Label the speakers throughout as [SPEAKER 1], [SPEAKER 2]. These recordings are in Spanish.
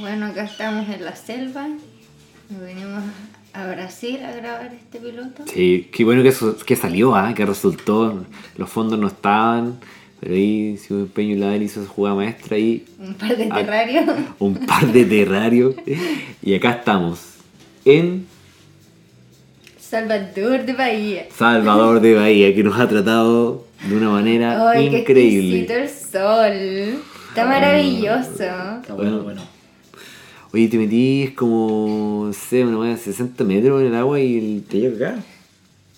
[SPEAKER 1] Bueno, acá estamos en la selva. Nos venimos a Brasil a grabar este piloto.
[SPEAKER 2] Sí, qué bueno que, eso, que salió, ¿ah? que resultó. Los fondos no estaban, pero ahí si un peño y la Adel hizo su jugada maestra y
[SPEAKER 1] Un par de
[SPEAKER 2] Ah.
[SPEAKER 1] terrarios.
[SPEAKER 2] un par de terrarios. Y acá estamos, en
[SPEAKER 1] Salvador de Bahía.
[SPEAKER 2] Salvador de Bahía, que nos ha tratado de una manera
[SPEAKER 1] ¡Ay, qué exquisito
[SPEAKER 2] Ah, increíble. Ah.
[SPEAKER 1] el sol! Está maravilloso.
[SPEAKER 3] Está bueno,
[SPEAKER 2] Bueno.
[SPEAKER 3] bueno.
[SPEAKER 2] Oye, te metís como, no sé, una manera de 60 metros en el agua y el- te llega acá.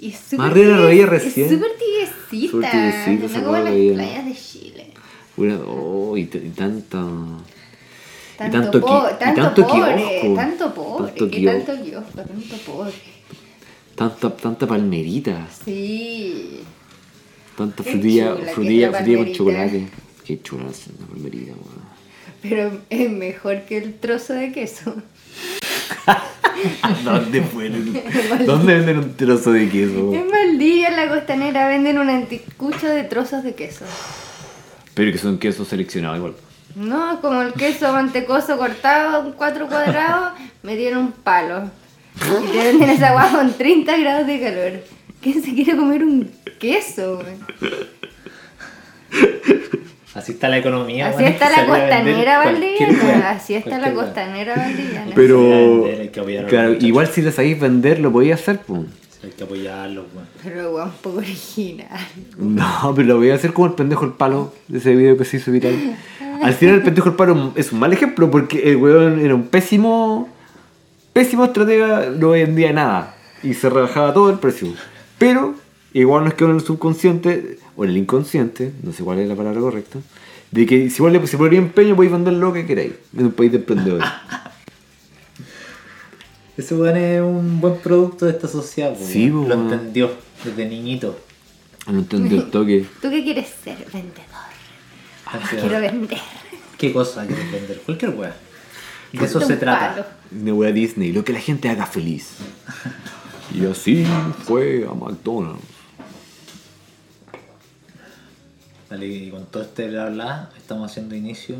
[SPEAKER 1] Y es súper
[SPEAKER 2] Más arriba de la
[SPEAKER 1] tibie-
[SPEAKER 2] rodilla recién.
[SPEAKER 1] Es súper tibiecita.
[SPEAKER 2] Súper tibiecita,
[SPEAKER 1] no como
[SPEAKER 2] Salvador
[SPEAKER 1] las
[SPEAKER 2] de Bahía.
[SPEAKER 1] playas de Chile.
[SPEAKER 2] Una- oh, y, t- y tanto. Y
[SPEAKER 1] Tanto,
[SPEAKER 2] tanto qui-
[SPEAKER 1] po-
[SPEAKER 2] y
[SPEAKER 1] tanto,
[SPEAKER 2] tanto
[SPEAKER 1] pobre,
[SPEAKER 2] kiosco.
[SPEAKER 1] tanto pobre,
[SPEAKER 2] Tanto
[SPEAKER 1] que
[SPEAKER 2] kiosco.
[SPEAKER 1] tanto kiosco, tanto pobre.
[SPEAKER 2] Tanta, tanta palmerita,
[SPEAKER 1] Sí.
[SPEAKER 2] tanta
[SPEAKER 1] Qué
[SPEAKER 2] frutilla,
[SPEAKER 1] chula que
[SPEAKER 2] frutilla,
[SPEAKER 1] es la
[SPEAKER 2] frutilla con
[SPEAKER 1] palmerita.
[SPEAKER 2] chocolate. Qué chula es la palmerita, weón.
[SPEAKER 1] Pero es mejor que el trozo de queso.
[SPEAKER 3] Ah,
[SPEAKER 2] ¿Dónde fueron? ¿Dónde venden un trozo de queso?
[SPEAKER 1] En Valdivia, en la costanera, venden un anticucho de trozos de queso.
[SPEAKER 2] Pero que son quesos seleccionados igual.
[SPEAKER 1] No, es como el queso mantecoso cortado en cuatro cuadrados, me dieron un palo. Y te venden esa agua con 30 grados de calor. ¿Quién se quiere comer un queso? güey?
[SPEAKER 3] Así está la economía.
[SPEAKER 1] Así
[SPEAKER 3] bueno,
[SPEAKER 1] está
[SPEAKER 3] que
[SPEAKER 1] la
[SPEAKER 3] sale a vender
[SPEAKER 1] costanera
[SPEAKER 3] cualquier
[SPEAKER 1] valdiviana.
[SPEAKER 3] weá,
[SPEAKER 1] Así está la
[SPEAKER 3] cualquier weá.
[SPEAKER 1] costanera valdiviana.
[SPEAKER 2] Pero.
[SPEAKER 3] vender, hay que apoyar a los
[SPEAKER 2] Claro,
[SPEAKER 3] muchachos.
[SPEAKER 2] igual si le sabéis vender, lo podía hacer, pum.
[SPEAKER 3] Hay que apoyarlo, weón.
[SPEAKER 1] Pero güey, un poco original.
[SPEAKER 2] No, pero lo voy a hacer como el pendejo el palo de ese video que se hizo viral. Al final, el pendejo el palo es un mal ejemplo porque el weón era un pésimo. Pésimo estratega, no vendía nada y se rebajaba todo el precio. Pero, igual nos quedó en el subconsciente o en el inconsciente, no sé cuál es la palabra correcta, de que si vos le si ponía empeño, podéis vender lo que queráis en un país de emprendedores.
[SPEAKER 3] Ese weón es un buen producto de esta sociedad, weón.
[SPEAKER 2] Sí, pues,
[SPEAKER 3] Lo
[SPEAKER 2] weón.
[SPEAKER 3] entendió desde niñito.
[SPEAKER 2] No entendí el toque.
[SPEAKER 1] ¿Tú qué quieres ser? Vendedor. Ah,
[SPEAKER 3] Ah,
[SPEAKER 1] Quiero vender.
[SPEAKER 3] ¿Qué cosa quieres vender? Cualquier weá. De eso
[SPEAKER 1] Un
[SPEAKER 3] se
[SPEAKER 1] palo.
[SPEAKER 3] trata.
[SPEAKER 2] Una wea Disney, lo que la gente haga feliz. Y así fue a McDonald's.
[SPEAKER 3] Vale, y con todo este bla bla, estamos haciendo inicio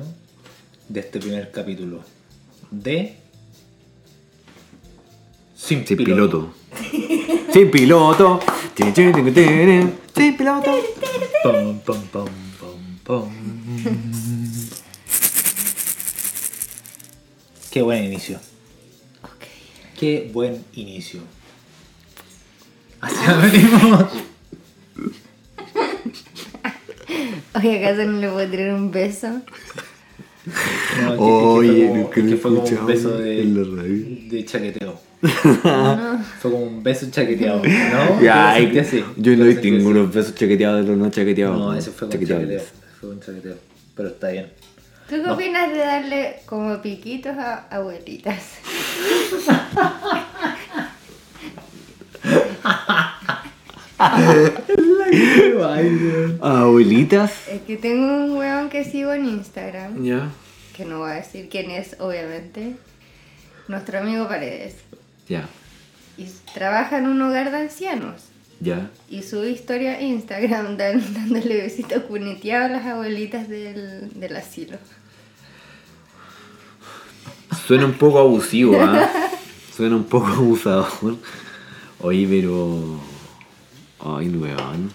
[SPEAKER 3] de este primer capítulo. De. Sin,
[SPEAKER 2] Sin piloto. Sin piloto. Tin, tin, tin, tin. Sin piloto.
[SPEAKER 3] Pom, pom, pom, pom, pom. Qué buen inicio.
[SPEAKER 1] Ok.
[SPEAKER 3] Qué buen inicio. Hacia venimos.
[SPEAKER 1] Oye, ¿acaso no le puedo tirar un beso?
[SPEAKER 3] No, que-
[SPEAKER 2] Oye, que
[SPEAKER 3] que,
[SPEAKER 2] lo
[SPEAKER 3] que fue como, que fue
[SPEAKER 2] escuchamos
[SPEAKER 3] como un beso de,
[SPEAKER 2] en la radio.
[SPEAKER 3] de chaqueteo. Fue como un beso chaqueteado, ¿no?
[SPEAKER 2] Ay,
[SPEAKER 3] Yo lo sentí así.
[SPEAKER 2] yo no
[SPEAKER 3] lo sentí
[SPEAKER 2] distingo
[SPEAKER 3] así.
[SPEAKER 2] los besos chaqueteados de los no chaqueteados.
[SPEAKER 3] No, ese fue con
[SPEAKER 2] Chaqueteados.
[SPEAKER 3] chaqueteo. Fue un chaqueteo. Pero está bien.
[SPEAKER 1] ¿Tú qué opinas de darle como piquitos a abuelitas?
[SPEAKER 2] Abuelitas.
[SPEAKER 1] Es que tengo un weón que sigo en Instagram,
[SPEAKER 2] Ya.
[SPEAKER 1] que no voy a decir quién es, obviamente. Nuestro amigo Paredes.
[SPEAKER 2] Ya.
[SPEAKER 1] Y trabaja en un hogar de ancianos.
[SPEAKER 2] Ya.
[SPEAKER 1] Y sube historia a Instagram dan- dándole besitos cuneteados a las abuelitas del, del asilo.
[SPEAKER 2] Suena un poco abusivo, ¿ah? Suena un poco abusador. Oye, pero. Ay, weón.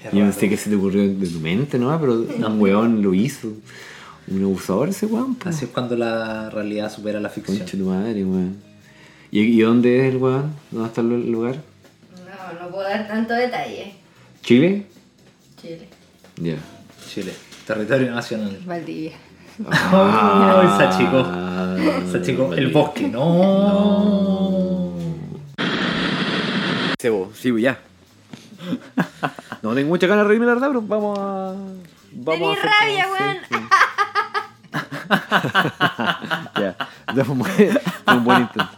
[SPEAKER 3] Es
[SPEAKER 2] Yo
[SPEAKER 3] raro.
[SPEAKER 2] no sé qué se te ocurrió de tu mente, ¿no? Pero un weón lo hizo. Un abusador ese weón, pues.
[SPEAKER 3] Así es cuando la realidad supera la ficción.
[SPEAKER 2] Concha tu madre, weón. ¿Y, y dónde es el weón? ¿Dónde está el lugar?
[SPEAKER 1] No, no puedo dar tanto detalle.
[SPEAKER 2] ¿Chile?
[SPEAKER 1] Chile.
[SPEAKER 2] Ya.
[SPEAKER 3] Chile. Territorio nacional.
[SPEAKER 1] Valdivia.
[SPEAKER 2] Oh,
[SPEAKER 3] Ah, el Sachico.
[SPEAKER 2] Ah,
[SPEAKER 3] Sachico. El
[SPEAKER 2] vale.
[SPEAKER 3] bosque. No.
[SPEAKER 2] Sebo, sí, güey, ya. No tengo mucha ganas de reírme, la verdad, pero vamos a. Vamos
[SPEAKER 1] Tení
[SPEAKER 2] hacer
[SPEAKER 1] rabia,
[SPEAKER 2] como-
[SPEAKER 1] weón.
[SPEAKER 2] Ya. Fue un buen, fue un buen intento.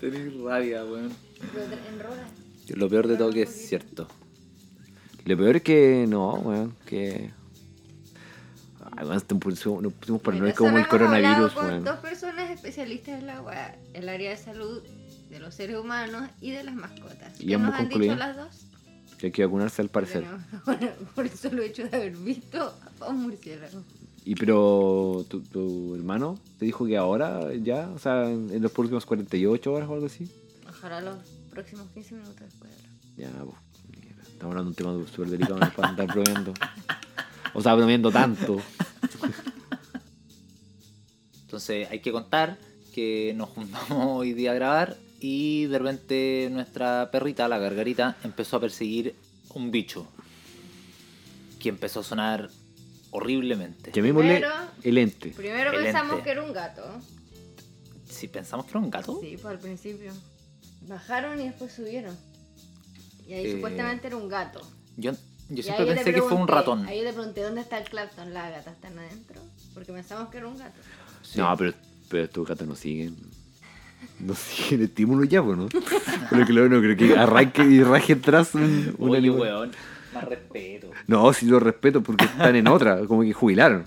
[SPEAKER 3] Tenés rabia, weón.
[SPEAKER 2] Lo peor de todo que es cierto. Lo peor es que no, weón, que. Ay, weón, nos pusimos nos pusimos paranoicos Pues como el
[SPEAKER 1] Nosotros hemos hablado
[SPEAKER 2] coronavirus,
[SPEAKER 1] con
[SPEAKER 2] weón.
[SPEAKER 1] dos personas especialistas en la UAE, el área de salud de los seres humanos y de las mascotas.
[SPEAKER 2] Y
[SPEAKER 1] ¿Qué
[SPEAKER 2] ambos
[SPEAKER 1] nos han dicho
[SPEAKER 2] concluyen,
[SPEAKER 1] las dos?
[SPEAKER 2] Que hay que vacunarse al parecer.
[SPEAKER 1] Bueno, por el solo hecho de haber visto a un murciélago.
[SPEAKER 2] Y Y pero tu, tu hermano te dijo que ahora ya, o sea, en, en los próximos 48 horas o algo así.
[SPEAKER 1] Ojalá los próximos 15 minutos después. de hablar.
[SPEAKER 2] Ya, pues. mierda. Estamos hablando de un tema súper delicado no es para andar bromeando. O sea, bromeando tanto.
[SPEAKER 3] Entonces hay que contar que nos juntamos hoy día a grabar y de repente nuestra perrita, la gargarita, empezó a perseguir un bicho que empezó a sonar horriblemente.
[SPEAKER 2] Llamémosle
[SPEAKER 1] Pero-
[SPEAKER 2] el ente.
[SPEAKER 1] Primero
[SPEAKER 3] El
[SPEAKER 1] pensamos
[SPEAKER 3] ente.
[SPEAKER 1] que era un gato.
[SPEAKER 3] Si pensamos que era un gato,
[SPEAKER 1] Sí, pues al principio. Bajaron y después subieron. Y ahí
[SPEAKER 3] Eh,
[SPEAKER 1] supuestamente era un gato.
[SPEAKER 3] yo, yo
[SPEAKER 1] Y
[SPEAKER 3] siempre
[SPEAKER 1] ahí yo le
[SPEAKER 3] pensé que fue un
[SPEAKER 1] pregunté-
[SPEAKER 3] ratón.
[SPEAKER 1] Ahí yo le pregunté dónde está el Clapton. Las gatas están adentro. Porque pensamos que era un gato.
[SPEAKER 3] Sí.
[SPEAKER 2] No, pero, pero estos gatos no siguen. No siguen estímulo ya, pues, ¿no? Pero que luego no creo que arranque y raje atrás un, un
[SPEAKER 3] Oye,
[SPEAKER 2] animal.
[SPEAKER 3] weón, más respeto.
[SPEAKER 2] No, sí lo respeto porque están en otra, como que jubilaron.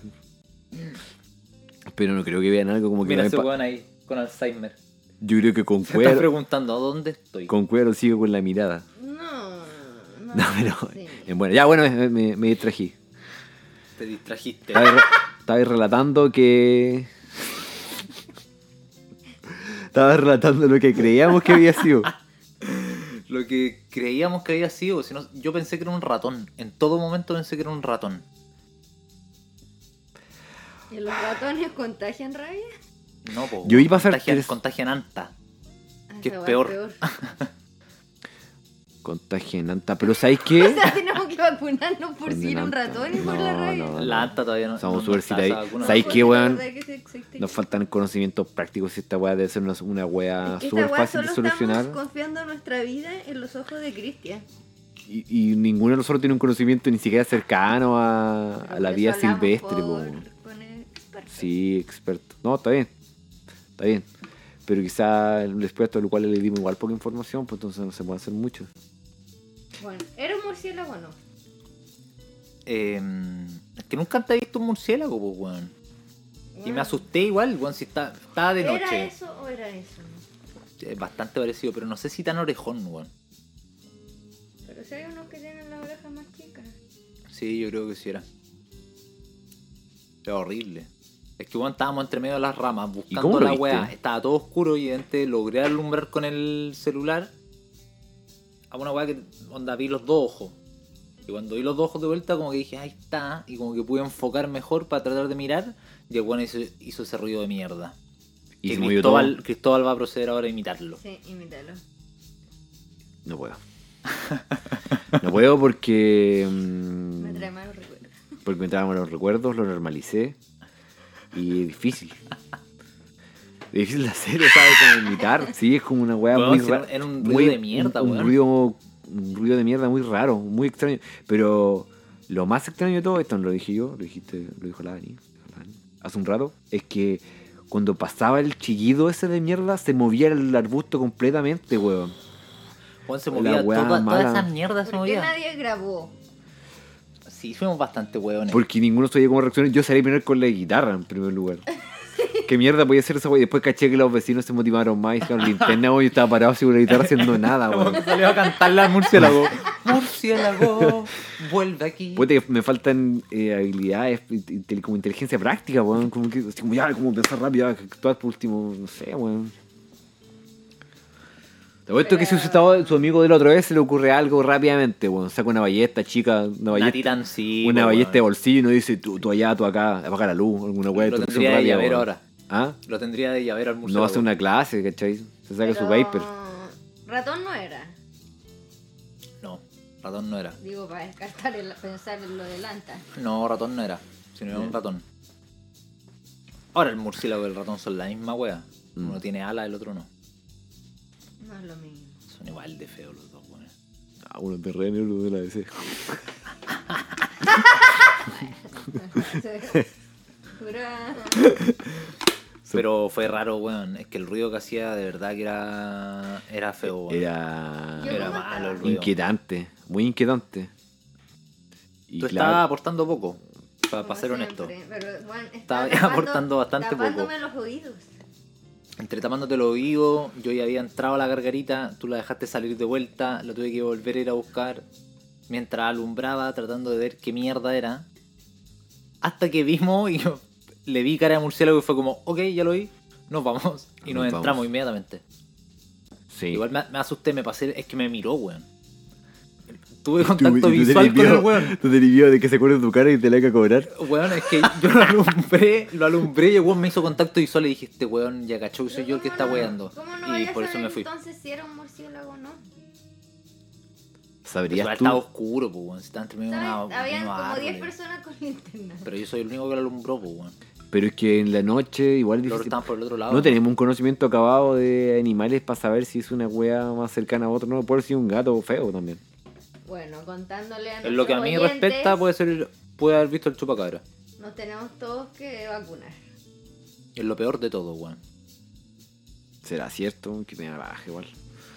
[SPEAKER 2] Pero no creo que vean algo como que... no
[SPEAKER 3] Mira
[SPEAKER 2] hay
[SPEAKER 3] ese
[SPEAKER 2] pa-
[SPEAKER 3] weón ahí, con Alzheimer.
[SPEAKER 2] Yo creo que con
[SPEAKER 3] Se está
[SPEAKER 2] cuero,
[SPEAKER 3] preguntando, ¿dónde estoy?
[SPEAKER 2] con cuero sigo con la mirada.
[SPEAKER 1] No. No,
[SPEAKER 2] No, pero...
[SPEAKER 1] sí.
[SPEAKER 2] en Bueno, em- ya bueno, me, me- me distrají.
[SPEAKER 3] Te distrajiste.
[SPEAKER 2] Estaba, ahí re- estaba ahí relatando que... Estaba relatando lo que creíamos que había sido.
[SPEAKER 3] Lo que creíamos que había sido, si no- yo pensé que era un ratón. En todo momento pensé que era un ratón.
[SPEAKER 1] ¿Y los ratones contagian rabia?
[SPEAKER 3] No, po.
[SPEAKER 2] Yo iba a hacer
[SPEAKER 3] contagian,
[SPEAKER 2] tres-
[SPEAKER 3] contagian anta.
[SPEAKER 1] Ah,
[SPEAKER 3] Que
[SPEAKER 1] esa
[SPEAKER 3] es
[SPEAKER 1] weá
[SPEAKER 3] peor.
[SPEAKER 2] Contagian anta, pero ¿sabéis qué?
[SPEAKER 1] O sea, tenemos que vacunarnos por si era un
[SPEAKER 2] Condenanta.
[SPEAKER 1] ratón y por la
[SPEAKER 2] No,
[SPEAKER 1] rabia.
[SPEAKER 2] no.
[SPEAKER 3] La anta todavía no.
[SPEAKER 2] Somos
[SPEAKER 3] no- no
[SPEAKER 2] súper
[SPEAKER 3] está
[SPEAKER 2] citadi-
[SPEAKER 3] esa vacuna.
[SPEAKER 2] ¿Sabéis
[SPEAKER 1] Porque
[SPEAKER 2] qué,
[SPEAKER 1] la
[SPEAKER 2] weón?
[SPEAKER 1] verdad que sí existe.
[SPEAKER 2] Nos faltan conocimientos prácticos y esta weá debe ser una, una weá
[SPEAKER 1] Es que
[SPEAKER 2] súper
[SPEAKER 1] esta weá
[SPEAKER 2] fácil
[SPEAKER 1] solo
[SPEAKER 2] de solucionar. Ah,
[SPEAKER 1] Estamos confiando nuestra vida en los ojos de Cristian.
[SPEAKER 2] Y, y ninguno de nosotros tiene un conocimiento ni siquiera cercano a, a la
[SPEAKER 1] Por
[SPEAKER 2] vida
[SPEAKER 1] eso hablamos
[SPEAKER 2] silvestre. po.
[SPEAKER 1] por- con el experto.
[SPEAKER 2] Sí, experto. No, está bien. Está bien. Pero quizá después de lo cual le dimos igual poca información, pues entonces no se puede hacer mucho.
[SPEAKER 1] Bueno, ¿era un murciélago o no?
[SPEAKER 3] Eh, es que nunca te he visto un murciélago, po, weón. Y
[SPEAKER 1] Bueno,
[SPEAKER 3] me asusté igual, weón, si está, estaba de
[SPEAKER 1] ¿Era
[SPEAKER 3] noche.
[SPEAKER 1] eso o era eso?
[SPEAKER 3] Es Bastante parecido, pero no sé si tan orejón, weón.
[SPEAKER 1] Pero si hay unos que tienen las orejas más chicas.
[SPEAKER 3] Sí, yo creo que sí era. Era horrible. Es que, weón, estábamos entre medio de las ramas
[SPEAKER 2] cómo lo
[SPEAKER 3] buscando la
[SPEAKER 2] viste?
[SPEAKER 3] weá. Estaba todo oscuro y evidente logré alumbrar con el celular a una weá que, onda, vi los dos ojos. Y cuando vi los dos ojos de vuelta, como que dije, ahí está. Y como que pude enfocar mejor para tratar de mirar. Y el weón hizo, hizo ese ruido de mierda.
[SPEAKER 2] Y
[SPEAKER 3] Que
[SPEAKER 2] se movió todo.
[SPEAKER 3] Cristóbal, Cristóbal va a proceder ahora a imitarlo.
[SPEAKER 1] Sí, imítalo.
[SPEAKER 2] No puedo. No puedo porque. mm,
[SPEAKER 1] Me trae malos recuerdos.
[SPEAKER 2] porque me traen malos recuerdos, lo normalicé. Y es difícil. Es difícil de hacer, ¿sabes? Como imitar. Sí, es como una weá
[SPEAKER 3] Weón,
[SPEAKER 2] muy
[SPEAKER 3] si era-
[SPEAKER 2] rara.
[SPEAKER 3] era un ruido de mierda,
[SPEAKER 2] un,
[SPEAKER 3] weón.
[SPEAKER 2] ruido, un ruido de mierda muy raro, muy extraño. Pero lo más extraño de todo esto, no lo dije yo, lo, dijiste, lo dijo la Dani, la Dani, hace un rato, es que cuando pasaba el chillido ese de mierda, se movía el arbusto completamente, weón.
[SPEAKER 3] Juan se
[SPEAKER 2] La
[SPEAKER 3] movía,
[SPEAKER 2] weá
[SPEAKER 3] toda, toda
[SPEAKER 2] mala.
[SPEAKER 3] esa mierda se
[SPEAKER 1] ¿Por qué
[SPEAKER 3] movía.
[SPEAKER 1] nadie grabó?
[SPEAKER 3] Sí, fuimos bastante weones.
[SPEAKER 2] Porque ninguno sabía cómo reaccionar. Yo salí primero con la guitarra en primer lugar. ¿Qué mierda podía ser esa wey? Después caché que los vecinos se motivaron más y sacaron linterna, weón. Yo estaba parado así con la guitarra haciendo nada, weón.
[SPEAKER 3] salió a cantarle al murciélago. murciélago, vuelve aquí.
[SPEAKER 2] Puta que me faltan eh, habilidades y- y tele- como inteligencia práctica, weón. Como que, así como ya, como pensar rápido, ya, actuar por último, no sé, weón. Te apuesto que si su, estado- su amigo de la otra vez se le ocurre algo rápidamente, weón. Saca una ballesta chica, una
[SPEAKER 3] Una
[SPEAKER 2] ballesta.
[SPEAKER 3] titancita,
[SPEAKER 2] una
[SPEAKER 3] weón.
[SPEAKER 2] ballesta de bolsillo y no dice tú, tú allá, tú acá, apaga la luz, alguna weá de
[SPEAKER 3] Lo
[SPEAKER 2] instrucción
[SPEAKER 3] tendría de
[SPEAKER 2] rápida,
[SPEAKER 3] llavero
[SPEAKER 2] weón.
[SPEAKER 3] ahora.
[SPEAKER 2] ¿Ah?
[SPEAKER 3] Lo tendría de llavero al
[SPEAKER 2] No
[SPEAKER 3] murciélago.
[SPEAKER 2] hace una clase, ¿cachai? Se saca su
[SPEAKER 1] Pero
[SPEAKER 2] paper.
[SPEAKER 1] Ratón no era.
[SPEAKER 3] No, ratón no era.
[SPEAKER 1] Digo, para descartar el- pensar en lo de Lanta.
[SPEAKER 3] No, ratón no era. Sino era un ratón. Ahora el murciélago y el ratón son la misma wea.
[SPEAKER 2] Mm.
[SPEAKER 3] Uno tiene alas, el otro no.
[SPEAKER 1] No es lo mismo.
[SPEAKER 3] Son igual de feos los dos, weones.
[SPEAKER 2] Ah, uno de re uno de la DC.
[SPEAKER 1] Pura-
[SPEAKER 3] Pero fue raro, weón. Es que el ruido que hacía de verdad que era. Era feo, Oh, weón.
[SPEAKER 2] Era
[SPEAKER 1] Yo
[SPEAKER 3] Era
[SPEAKER 1] no
[SPEAKER 3] malo el
[SPEAKER 1] mataba.
[SPEAKER 3] ruido.
[SPEAKER 2] inquietante, muy inquietante. Y
[SPEAKER 3] Tú estabas
[SPEAKER 2] claro,
[SPEAKER 3] aportando poco, para,
[SPEAKER 1] como
[SPEAKER 3] ser honesto.
[SPEAKER 1] siempre. Pero, bueno,
[SPEAKER 3] Estaba aportando bastante poco.
[SPEAKER 1] tapándome los oídos.
[SPEAKER 3] Entre tapándote los oídos, yo ya había entrado a la gargarita, tú la dejaste salir de vuelta, la tuve que volver a ir a buscar. Mientras alumbraba, tratando de ver qué mierda era. Hasta que vimos y yo le vi cara de murciélago y fue como, ok, ya lo vi, nos vamos. Y
[SPEAKER 2] Nos
[SPEAKER 3] nos,
[SPEAKER 2] vamos.
[SPEAKER 3] entramos inmediatamente.
[SPEAKER 2] Sí.
[SPEAKER 3] Igual me, me asusté, me pasé, es que me miró, weón. Tuve contacto
[SPEAKER 2] Tú- tú te
[SPEAKER 3] visual con el
[SPEAKER 2] alivió-
[SPEAKER 3] weón.
[SPEAKER 2] Tú te alivió de que se acuerde de tu cara y te la haga cobrar.
[SPEAKER 3] Weón, es que yo lo alumbré, lo alumbré y el weón me hizo contacto visual y dije, este weón ya cachó y soy yo el que está weando.
[SPEAKER 1] ¿Cómo no
[SPEAKER 3] y
[SPEAKER 1] voy a
[SPEAKER 3] por eso
[SPEAKER 1] saber
[SPEAKER 3] me fui.
[SPEAKER 1] Entonces, si era un murciélago o no.
[SPEAKER 3] Pero
[SPEAKER 2] ¿Sabrías tú?
[SPEAKER 3] estaba oscuro, pues, weón. Si estaban terminando
[SPEAKER 1] ¿Sabes?
[SPEAKER 3] una.
[SPEAKER 1] Habían
[SPEAKER 3] unos
[SPEAKER 1] como 10
[SPEAKER 3] árboles.
[SPEAKER 1] personas con linterna.
[SPEAKER 3] Pero yo soy el único que lo alumbró, pues, weón.
[SPEAKER 2] Pero es que en la noche igual
[SPEAKER 3] Los otros
[SPEAKER 2] difícil-
[SPEAKER 3] estaban por el otro lado.
[SPEAKER 2] No tenemos un conocimiento acabado de animales para saber si es una wea más cercana a otro. No, puede ser un gato feo también.
[SPEAKER 1] Bueno, contándole a
[SPEAKER 3] En lo que a mí
[SPEAKER 1] nuestros oyentes,
[SPEAKER 3] respecta, pues. puede ser. Puede haber visto el chupacabra.
[SPEAKER 1] Nos tenemos todos que vacunar.
[SPEAKER 3] Es lo peor de todo, weón.
[SPEAKER 2] ¿Será cierto? Que me la baja igual.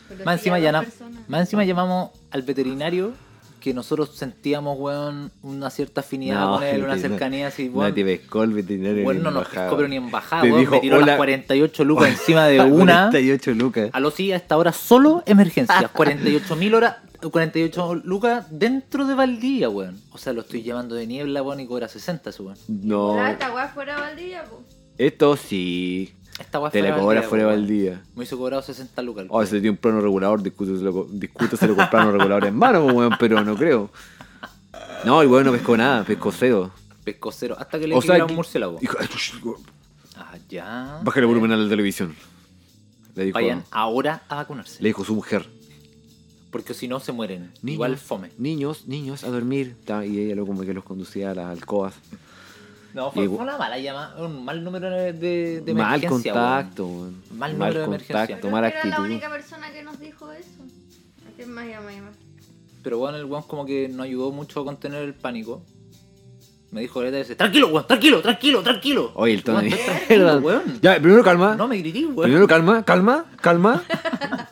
[SPEAKER 1] Pero
[SPEAKER 3] Más
[SPEAKER 1] si
[SPEAKER 3] encima,
[SPEAKER 1] ya
[SPEAKER 3] ya
[SPEAKER 1] dos
[SPEAKER 3] na-
[SPEAKER 1] personas- Ah,
[SPEAKER 3] más encima llamamos al veterinario que nosotros sentíamos, weón, una cierta afinidad
[SPEAKER 2] No,
[SPEAKER 3] con él, una
[SPEAKER 2] no-
[SPEAKER 3] cercanía así, weón.
[SPEAKER 2] No te pescó el veterinario.
[SPEAKER 3] weón
[SPEAKER 2] ni
[SPEAKER 3] no nos
[SPEAKER 2] embajada.
[SPEAKER 3] pescó, pero ni embajada,
[SPEAKER 2] Te
[SPEAKER 3] weón.
[SPEAKER 2] dijo,
[SPEAKER 3] me tiró
[SPEAKER 2] "Hola".
[SPEAKER 3] las 48 lucas encima de una.
[SPEAKER 2] 48 lucas.
[SPEAKER 3] A los sí, a esta hora solo emergencias. 48.000 horas, 48 lucas dentro de Valdivia, weón. O sea, lo estoy llevando de niebla, weón, y cobra 60, ese weón.
[SPEAKER 2] No.
[SPEAKER 1] Ah, esta weá fuera de Valdivia, po.
[SPEAKER 2] Esto sí.
[SPEAKER 3] Esta weá
[SPEAKER 2] Te la
[SPEAKER 3] fuera de
[SPEAKER 2] cobra
[SPEAKER 3] Valdivia,
[SPEAKER 2] fuera de
[SPEAKER 3] weón.
[SPEAKER 2] Valdivia.
[SPEAKER 3] Me hizo cobrado 60 lucas. el
[SPEAKER 2] O si tiene un plano regulador, discútaselo con- discútaselo con plano regulador en mano, pues, weón, pero no creo. No, el weón no pescó nada, pescó cedo.
[SPEAKER 3] Pescó cero. Hasta que le
[SPEAKER 2] O sea,
[SPEAKER 3] picara un
[SPEAKER 2] que-
[SPEAKER 3] murciélago.
[SPEAKER 2] Dijo, "Ay, sh-
[SPEAKER 3] Ah, ya.
[SPEAKER 2] Bájale el volumen a la televisión. Le dijo,
[SPEAKER 3] Vayan ahora a vacunarse.
[SPEAKER 2] le dijo su mujer.
[SPEAKER 3] Porque si no, se mueren.
[SPEAKER 2] "Niños,
[SPEAKER 3] Igual fome.
[SPEAKER 2] Niños, niños, a dormir. Ta- Y ella lo como que los conducía a las alcobas.
[SPEAKER 3] No, fue,
[SPEAKER 2] Y-
[SPEAKER 3] fue una mala llamada. Un mal número de, de, de
[SPEAKER 2] mal
[SPEAKER 3] emergencia,
[SPEAKER 2] contacto, weón.
[SPEAKER 3] Mal número de emergencia.
[SPEAKER 2] contacto,
[SPEAKER 1] Pero
[SPEAKER 2] mala
[SPEAKER 1] es que era la
[SPEAKER 2] actitud.
[SPEAKER 1] única persona que nos dijo eso. ¿A quién más llama, llama?
[SPEAKER 3] weón. Pero bueno, el weón como que no ayudó mucho a contener el pánico. Me dijo Greta ese, tranquilo, weón, tranquilo, tranquilo, tranquilo.
[SPEAKER 2] Oye, el tono
[SPEAKER 3] Weón,
[SPEAKER 2] de
[SPEAKER 3] estás
[SPEAKER 2] mierda.
[SPEAKER 3] tranquilo, weón.
[SPEAKER 2] Ya, primero calma.
[SPEAKER 3] No me grití, weón.
[SPEAKER 2] Primero calma, calma, calma.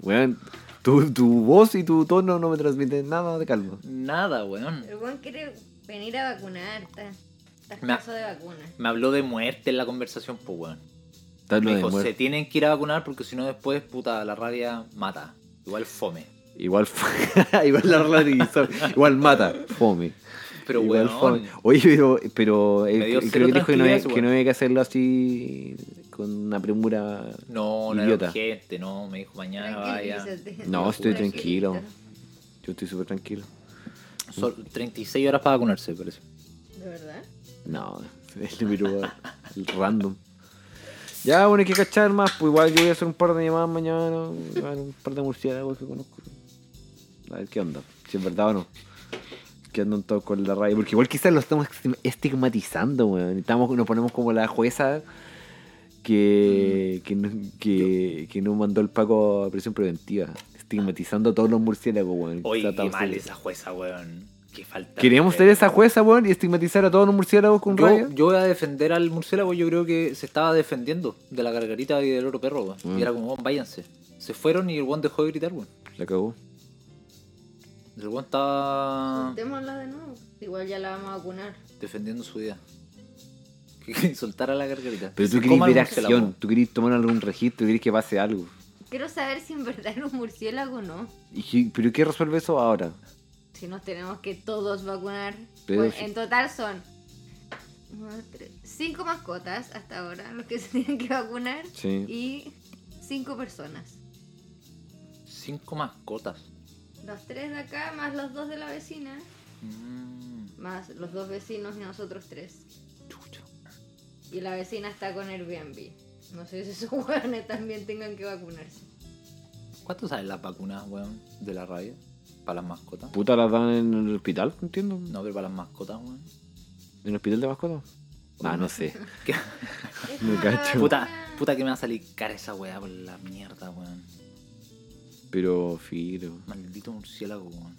[SPEAKER 2] Weón, tu, tu voz y tu tono no me transmiten nada de calma.
[SPEAKER 3] Nada, weón.
[SPEAKER 1] El weón quiere venir a vacunar. Está, está
[SPEAKER 3] Me ha-
[SPEAKER 1] escaso de vacuna.
[SPEAKER 3] Me habló de muerte en la conversación, pues, weón.
[SPEAKER 2] Tal lo
[SPEAKER 3] Me
[SPEAKER 2] de
[SPEAKER 3] dijo, se
[SPEAKER 2] muerte.
[SPEAKER 3] tienen que ir a vacunar porque si no después, puta, la rabia mata. Igual fome.
[SPEAKER 2] Igual, fue- igual la relativizó. Igual mata. Fome.
[SPEAKER 3] Pero
[SPEAKER 2] Igual
[SPEAKER 3] weón,
[SPEAKER 2] fome. Oye, pero, pero eh,
[SPEAKER 3] Me dio
[SPEAKER 2] creo
[SPEAKER 3] cero
[SPEAKER 2] que dijo que no, hay,
[SPEAKER 3] tranquilidad
[SPEAKER 2] que
[SPEAKER 3] ese
[SPEAKER 2] no
[SPEAKER 3] weón.
[SPEAKER 2] había que hacerlo así con una premura.
[SPEAKER 3] No, no
[SPEAKER 2] Idiota.
[SPEAKER 3] era urgente, no, me dijo mañana vaya.
[SPEAKER 1] Tranquilízate.
[SPEAKER 2] No, estoy
[SPEAKER 1] Tranquilita.
[SPEAKER 2] tranquilo. Yo estoy súper tranquilo.
[SPEAKER 3] Sol- 36 horas para vacunarse, parece.
[SPEAKER 1] ¿De verdad?
[SPEAKER 2] No, es lo miro random. Ya, bueno, hay que cachar más, pues igual yo voy a hacer un par de llamadas mañana, bueno, un par de murciélagos que conozco. A ver qué onda, si es verdad o no. Que andan todos con la raya, porque igual quizás lo estamos estim- estigmatizando, weón. Estamos, nos ponemos como la jueza que, que, no- que, que no mandó el Paco a prisión preventiva, estigmatizando a todos los murciélagos, weón.
[SPEAKER 3] Oye,
[SPEAKER 2] Quizás
[SPEAKER 3] qué
[SPEAKER 2] estamos-
[SPEAKER 3] mal esa jueza, weón. Qué falta.
[SPEAKER 2] Queremos ser
[SPEAKER 3] tener
[SPEAKER 2] esa jueza, weón, y estigmatizar a todos los murciélagos con raya.
[SPEAKER 3] Yo, yo voy a defender al murciélago, yo creo que se estaba defendiendo de la gargarita y del oro perro, weón.
[SPEAKER 2] Mm.
[SPEAKER 3] Y era como, weón, váyanse. Se fueron y el weón dejó de gritar, weón.
[SPEAKER 2] La cagó.
[SPEAKER 3] El
[SPEAKER 1] Ah.
[SPEAKER 3] weón estaba
[SPEAKER 1] Contémosla de nuevo. Igual ya la vamos a vacunar.
[SPEAKER 3] defendiendo su vida. Que- que Soltar a la gargarita.
[SPEAKER 2] Pero tú
[SPEAKER 3] Que se
[SPEAKER 2] querés
[SPEAKER 3] coma el
[SPEAKER 2] ver
[SPEAKER 3] murciélago.
[SPEAKER 2] acción, tú querés tomar algún registro, querés que pase algo.
[SPEAKER 1] Quiero saber si en verdad era un murciélago o no.
[SPEAKER 2] ¿Y qué- ¿Pero qué resuelve eso ahora?
[SPEAKER 1] Si nos tenemos que todos vacunar.
[SPEAKER 2] Pero
[SPEAKER 1] Pues,
[SPEAKER 2] si-
[SPEAKER 1] En total son uno, tres, cinco mascotas hasta ahora los que se tienen que vacunar
[SPEAKER 2] Sí.
[SPEAKER 1] y cinco personas.
[SPEAKER 3] Cinco mascotas.
[SPEAKER 1] Los tres de acá más los dos de la vecina
[SPEAKER 3] Mm,
[SPEAKER 1] más los dos vecinos y nosotros tres.
[SPEAKER 3] chucha.
[SPEAKER 1] Y la vecina está con Airbnb. No sé si esos hueones también tengan que vacunarse.
[SPEAKER 3] ¿Cuánto salen las vacunas, weón, de la rabia? Para las mascotas.
[SPEAKER 2] Puta, las dan en el hospital, no entiendo. ¿En
[SPEAKER 3] No, pero para las mascotas, weón.
[SPEAKER 2] el hospital de mascotas? Ah, no sé.
[SPEAKER 3] ¿Qué?
[SPEAKER 1] Es
[SPEAKER 2] Me
[SPEAKER 1] como la
[SPEAKER 2] cacho.
[SPEAKER 3] Puta,
[SPEAKER 1] vacuna-
[SPEAKER 3] puta que me va a salir cara esa weá por la mierda, weón.
[SPEAKER 2] Pero, filo.
[SPEAKER 3] Maldito murciélago, weón.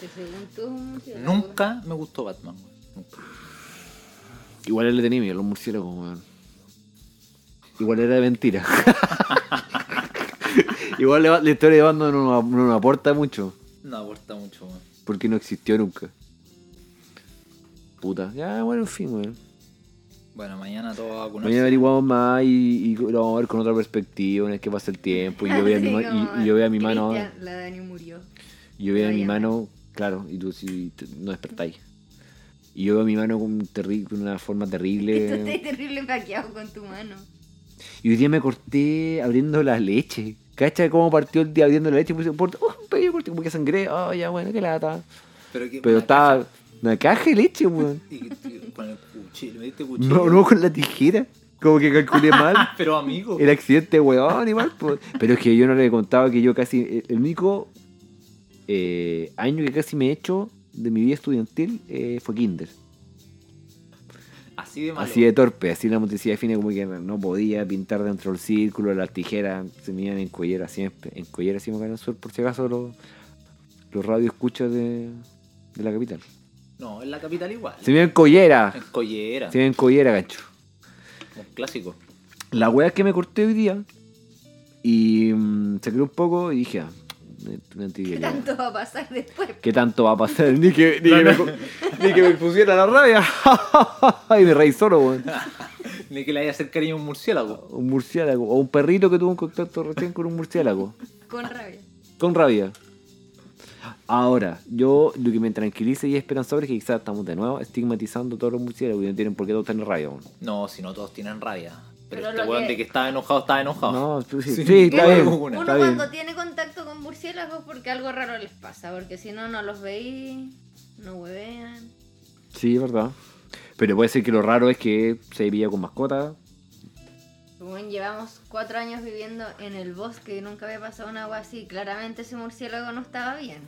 [SPEAKER 1] Que según tú es un murciélago.
[SPEAKER 3] Nunca me gustó Batman, weón. Nunca.
[SPEAKER 2] Igual él le tenía miedo a los murciélagos, weón. Igual era de mentira. Igual la la historia de Batman no nos ap- no nos aporta mucho.
[SPEAKER 3] No aporta mucho, weón.
[SPEAKER 2] Porque no existió nunca. Puta. Ya, bueno, en fin, weón.
[SPEAKER 3] Bueno, mañana todo va a
[SPEAKER 2] Mañana
[SPEAKER 3] vacunarse.
[SPEAKER 2] averiguamos más y, y lo vamos a ver con otra perspectiva, una vez que pasa el tiempo y Pues yo veo a mi, ma-
[SPEAKER 1] Así como
[SPEAKER 2] y- y yo vea mi mano,
[SPEAKER 1] Cristian, La Dani murió.
[SPEAKER 2] yo veo a mi
[SPEAKER 1] Lo llama.
[SPEAKER 2] mano, claro, y tú si te- no despertáis. Y yo veo mi mano con, un terri- con una forma
[SPEAKER 1] Tú estás
[SPEAKER 2] terrible.
[SPEAKER 1] terrible paqueado con tu mano.
[SPEAKER 2] Y hoy día me corté abriendo la leche. ¿Cacha cómo partió el día abriendo la leche? Puse, por- oh, un pequeño corte, como que sangré. Oh, ya, bueno, qué lata.
[SPEAKER 3] Pero, que,
[SPEAKER 2] Pero estaba una caja de leche, weón.
[SPEAKER 3] Y, y con el cuchillo, me diste cuchillo.
[SPEAKER 2] No, no, con la tijera. Como que calculé mal.
[SPEAKER 3] Pero amigo.
[SPEAKER 2] El accidente, weón, igual. po. Pero es que yo no le contaba que yo casi. El único eh, año que casi me he hecho de mi vida estudiantil eh, fue Kinder.
[SPEAKER 3] Así de malo.
[SPEAKER 2] Así de torpe, así la motricidad fina, como que no podía pintar dentro del círculo, las tijeras se me iban en collera siempre. En collera siempre acá en el sur, por si acaso, los, los radio escuchas de, de la capital.
[SPEAKER 3] No, en la capital igual.
[SPEAKER 2] Se me iban en collera,
[SPEAKER 3] En Collera,
[SPEAKER 2] se me iban en collera, gancho.
[SPEAKER 3] un clásico.
[SPEAKER 2] La wea es que me corté hoy día y mm, saqué un poco y dije, ah, un
[SPEAKER 1] ¿Qué
[SPEAKER 2] antibiótico.
[SPEAKER 1] tanto va a pasar después?
[SPEAKER 2] ¿Qué tanto va a pasar? Ni que, ni que me, co- ni que me pusiera la rabia. y me reí solo, weón.
[SPEAKER 3] Ni que le haya hacer cariño a un murciélago.
[SPEAKER 2] Un murciélago. O un perrito que tuvo un contacto recién con un murciélago.
[SPEAKER 1] Con rabia.
[SPEAKER 2] Con rabia. Ahora, yo lo que me tranquiliza y es esperanzador es que quizás estamos de nuevo estigmatizando a todos los murciélagos y no tienen por qué todos tener rabia, weón.
[SPEAKER 3] No, si no todos tienen rabia. Pero,
[SPEAKER 1] Pero
[SPEAKER 3] este
[SPEAKER 1] lo
[SPEAKER 3] weón
[SPEAKER 1] que-
[SPEAKER 3] de que estaba enojado, estaba enojado.
[SPEAKER 2] No, sí, sí,
[SPEAKER 3] Ah. Sí,
[SPEAKER 2] está
[SPEAKER 3] no,
[SPEAKER 2] bien.
[SPEAKER 3] alguna.
[SPEAKER 1] Uno
[SPEAKER 2] está bien.
[SPEAKER 1] cuando tiene contacto con murciélagos porque algo raro les pasa, porque si no, no los veis, no huevean.
[SPEAKER 2] Sí, es verdad. Pero puede ser que lo raro es que se pilla con mascota.
[SPEAKER 1] Bueno, llevamos cuatro años viviendo en el bosque y nunca había pasado un agua así. Claramente ese murciélago no estaba bien.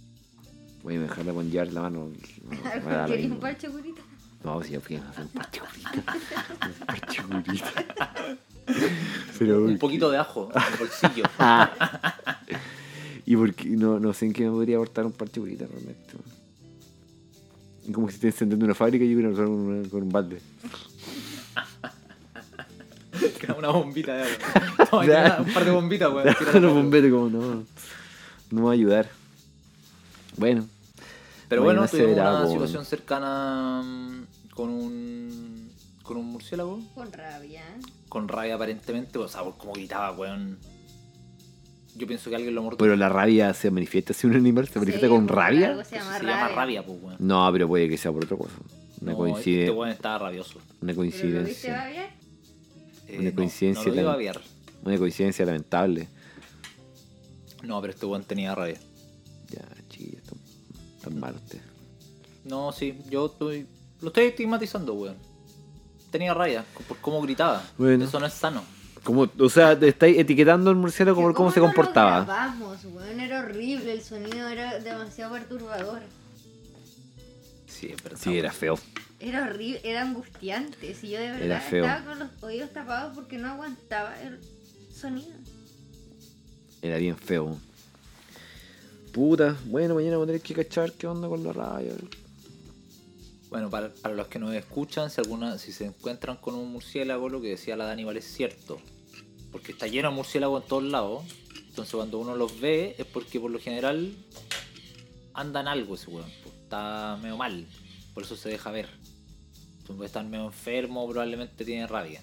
[SPEAKER 2] Voy a dejarla con Jar la mano. me da lo
[SPEAKER 1] ¿Querías
[SPEAKER 2] mismo.
[SPEAKER 1] un parche curita?
[SPEAKER 2] No, sí, fui a hacer un parche bonito. Un parche bonito. Pero.
[SPEAKER 3] Un poquito de ajo en el bolsillo.
[SPEAKER 2] Ah. y porque no, no sé en qué me podría aportar un parche bonito realmente. Es Como si esté encendiendo una fábrica y yo hubiera usar con, una- con un balde.
[SPEAKER 3] Tira una bombita de agua. Toma,
[SPEAKER 2] Ya.
[SPEAKER 3] tira un par de bombitas, weón. Tira la
[SPEAKER 2] Los
[SPEAKER 3] agua.
[SPEAKER 2] bomberos, como no. No me va a ayudar. Bueno.
[SPEAKER 3] Pero bueno,
[SPEAKER 2] Mañana se
[SPEAKER 3] tuvimos
[SPEAKER 2] verá,
[SPEAKER 3] una
[SPEAKER 2] weón.
[SPEAKER 3] situación cercana mm, con un. con un murciélago.
[SPEAKER 1] Con rabia.
[SPEAKER 3] Con rabia aparentemente. O sea, como gritaba, weón. Yo pienso que alguien lo mordió.
[SPEAKER 2] Pero la rabia se manifiesta si un animal se manifiesta
[SPEAKER 1] Sí,
[SPEAKER 2] con
[SPEAKER 1] por
[SPEAKER 2] rabia.
[SPEAKER 1] algo
[SPEAKER 3] Eso
[SPEAKER 1] Se llama
[SPEAKER 3] se
[SPEAKER 1] rabia.
[SPEAKER 3] llama rabia, pues, weón.
[SPEAKER 2] No, pero puede que sea por otra cosa. Una,
[SPEAKER 3] No,
[SPEAKER 2] coincide-
[SPEAKER 3] Este weón estaba rabioso.
[SPEAKER 2] una
[SPEAKER 1] ¿Pero lo viste
[SPEAKER 2] coincidencia.
[SPEAKER 1] babiar?
[SPEAKER 3] Eh,
[SPEAKER 2] Una
[SPEAKER 3] no,
[SPEAKER 2] coincidencia
[SPEAKER 3] No, lo iba a
[SPEAKER 2] también.
[SPEAKER 3] aviar.
[SPEAKER 2] Una coincidencia lamentable.
[SPEAKER 3] No, pero este weón tenía rabia.
[SPEAKER 2] Ya, chiquillos, tan, tan malo usted.
[SPEAKER 3] No, sí, yo estoy. Lo estoy estigmatizando, weón. Tenía rabia co- por cómo gritaba.
[SPEAKER 2] Bueno.
[SPEAKER 3] Eso no es sano.
[SPEAKER 2] Como, o sea, te estáis etiquetando al murciélago por cómo se
[SPEAKER 1] no lo
[SPEAKER 2] comportaba.
[SPEAKER 1] grabamos, weón? Era horrible, el sonido era demasiado perturbador.
[SPEAKER 3] Sí, es verdad.
[SPEAKER 2] Sí, era feo.
[SPEAKER 1] Era horrible, era angustiante. Si yo de verdad
[SPEAKER 2] Era feo.
[SPEAKER 1] estaba con los oídos tapados porque no aguantaba el sonido.
[SPEAKER 2] Era bien feo. Puta, bueno, mañana voy a tener que cachar qué onda con la rabia.
[SPEAKER 3] Bueno, para, para los que nos escuchan, si alguna, si se encuentran con un murciélago, lo que decía la Dani Val es cierto. Porque está lleno de murciélagos en todos lados. Entonces cuando uno los ve es porque por lo general andan algo ese weón. pues, Está medio mal. Por eso se deja ver. Entonces estar medio enfermo, probablemente tiene rabia.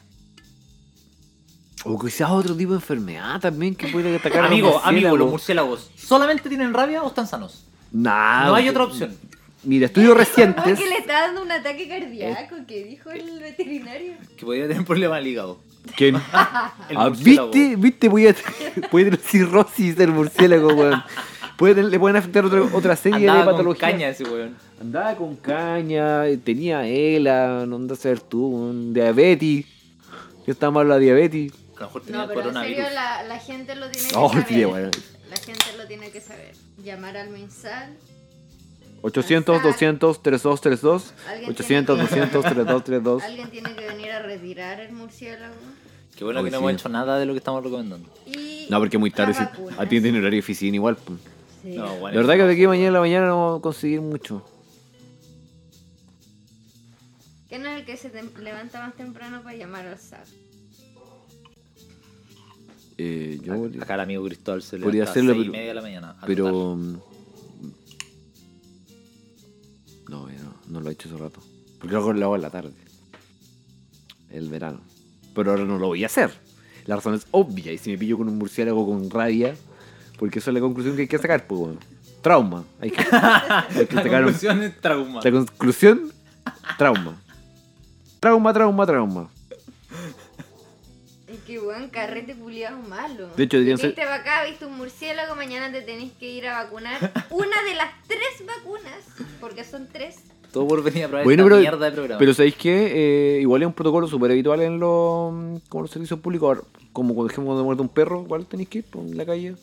[SPEAKER 2] O quizás otro tipo de enfermedad también que puede atacar
[SPEAKER 3] Amigo,
[SPEAKER 2] a los
[SPEAKER 3] amigo, los
[SPEAKER 2] murciélagos.
[SPEAKER 3] murciélagos, ¿solamente tienen rabia o están sanos?
[SPEAKER 2] Nah,
[SPEAKER 3] no hay
[SPEAKER 2] porque-
[SPEAKER 3] otra opción.
[SPEAKER 2] Mira, estudios
[SPEAKER 1] Porque
[SPEAKER 2] recientes.
[SPEAKER 1] que le está dando un ataque cardíaco que dijo el veterinario.
[SPEAKER 3] Que podría tener problema al hígado.
[SPEAKER 2] que-
[SPEAKER 3] El
[SPEAKER 2] Ah,
[SPEAKER 3] murciélago.
[SPEAKER 2] ¿Viste? ¿Viste? Puede, puede tener cirrosis del murciélago, weón. Puede tener- le pueden afectar otra, otra serie de
[SPEAKER 3] Andaba con
[SPEAKER 2] patologías.
[SPEAKER 3] caña ese weón.
[SPEAKER 2] Andaba con caña, eh, tenía ELA, no andas a ver tú, un diabetes. Yo estaba mal la diabetes.
[SPEAKER 3] A lo mejor tenía
[SPEAKER 1] No, pero en
[SPEAKER 3] coronavirus.
[SPEAKER 1] serio la, la gente lo tiene que
[SPEAKER 2] Oh,
[SPEAKER 1] saber.
[SPEAKER 2] qué bueno.
[SPEAKER 1] La gente lo tiene que saber. Llamar al mensal.
[SPEAKER 2] 800, 200, 3232.
[SPEAKER 1] Alguien
[SPEAKER 2] 800,
[SPEAKER 1] tiene que-
[SPEAKER 2] 200, 3232.
[SPEAKER 1] Alguien tiene que venir a retirar el murciélago.
[SPEAKER 3] Qué bueno
[SPEAKER 2] Uy,
[SPEAKER 3] que no
[SPEAKER 2] sí.
[SPEAKER 3] hemos hecho nada de lo que estamos recomendando.
[SPEAKER 1] Y
[SPEAKER 2] No, porque es muy tarde.
[SPEAKER 1] las
[SPEAKER 2] sí.
[SPEAKER 1] vacunas.
[SPEAKER 2] A ti tiene horario de oficina igual. pues. po.
[SPEAKER 1] Sí.
[SPEAKER 3] No, bueno,
[SPEAKER 2] La verdad que de aquí a mañana en la mañana no vamos a conseguir mucho.
[SPEAKER 1] ¿Quién es el que se tem- levanta más temprano para llamar al SAP?
[SPEAKER 2] Eh, yo,
[SPEAKER 3] Acá el amigo Cristóbal se
[SPEAKER 2] Podría
[SPEAKER 3] levanta a
[SPEAKER 2] hacerlo,
[SPEAKER 3] seis y
[SPEAKER 2] pero-
[SPEAKER 3] media de la mañana. a tocar.
[SPEAKER 2] Pero. mm, No, eh, no, no lo he hecho hace rato. Porque luego lo hago en la tarde. El verano. Pero ahora no lo voy a hacer. La razón es obvia. Y si me pillo con un murciélago con rabia, porque esa es la conclusión que hay que sacar, pues, weón. trauma. Hay que, hay que
[SPEAKER 3] La
[SPEAKER 2] sacar un-
[SPEAKER 3] conclusión es trauma.
[SPEAKER 2] este la conclusión, trauma. Trauma, trauma, trauma.
[SPEAKER 1] Es que weón, carrete culiado malo.
[SPEAKER 2] De hecho, deberían
[SPEAKER 1] Viniste para acá, viste un murciélago, mañana te tenés que ir a vacunar. Una de las tres vacunas, porque son tres.
[SPEAKER 3] Todo por venir a probar
[SPEAKER 2] Bueno,
[SPEAKER 3] esta
[SPEAKER 2] pero,
[SPEAKER 3] mierda de programa.
[SPEAKER 2] pero ¿sabéis qué? Eh, igual es un protocolo súper habitual en los, como los servicios públicos. Ahora, Como cuando ejemplo cuando muerde un perro, igual tenéis que ir por la calle.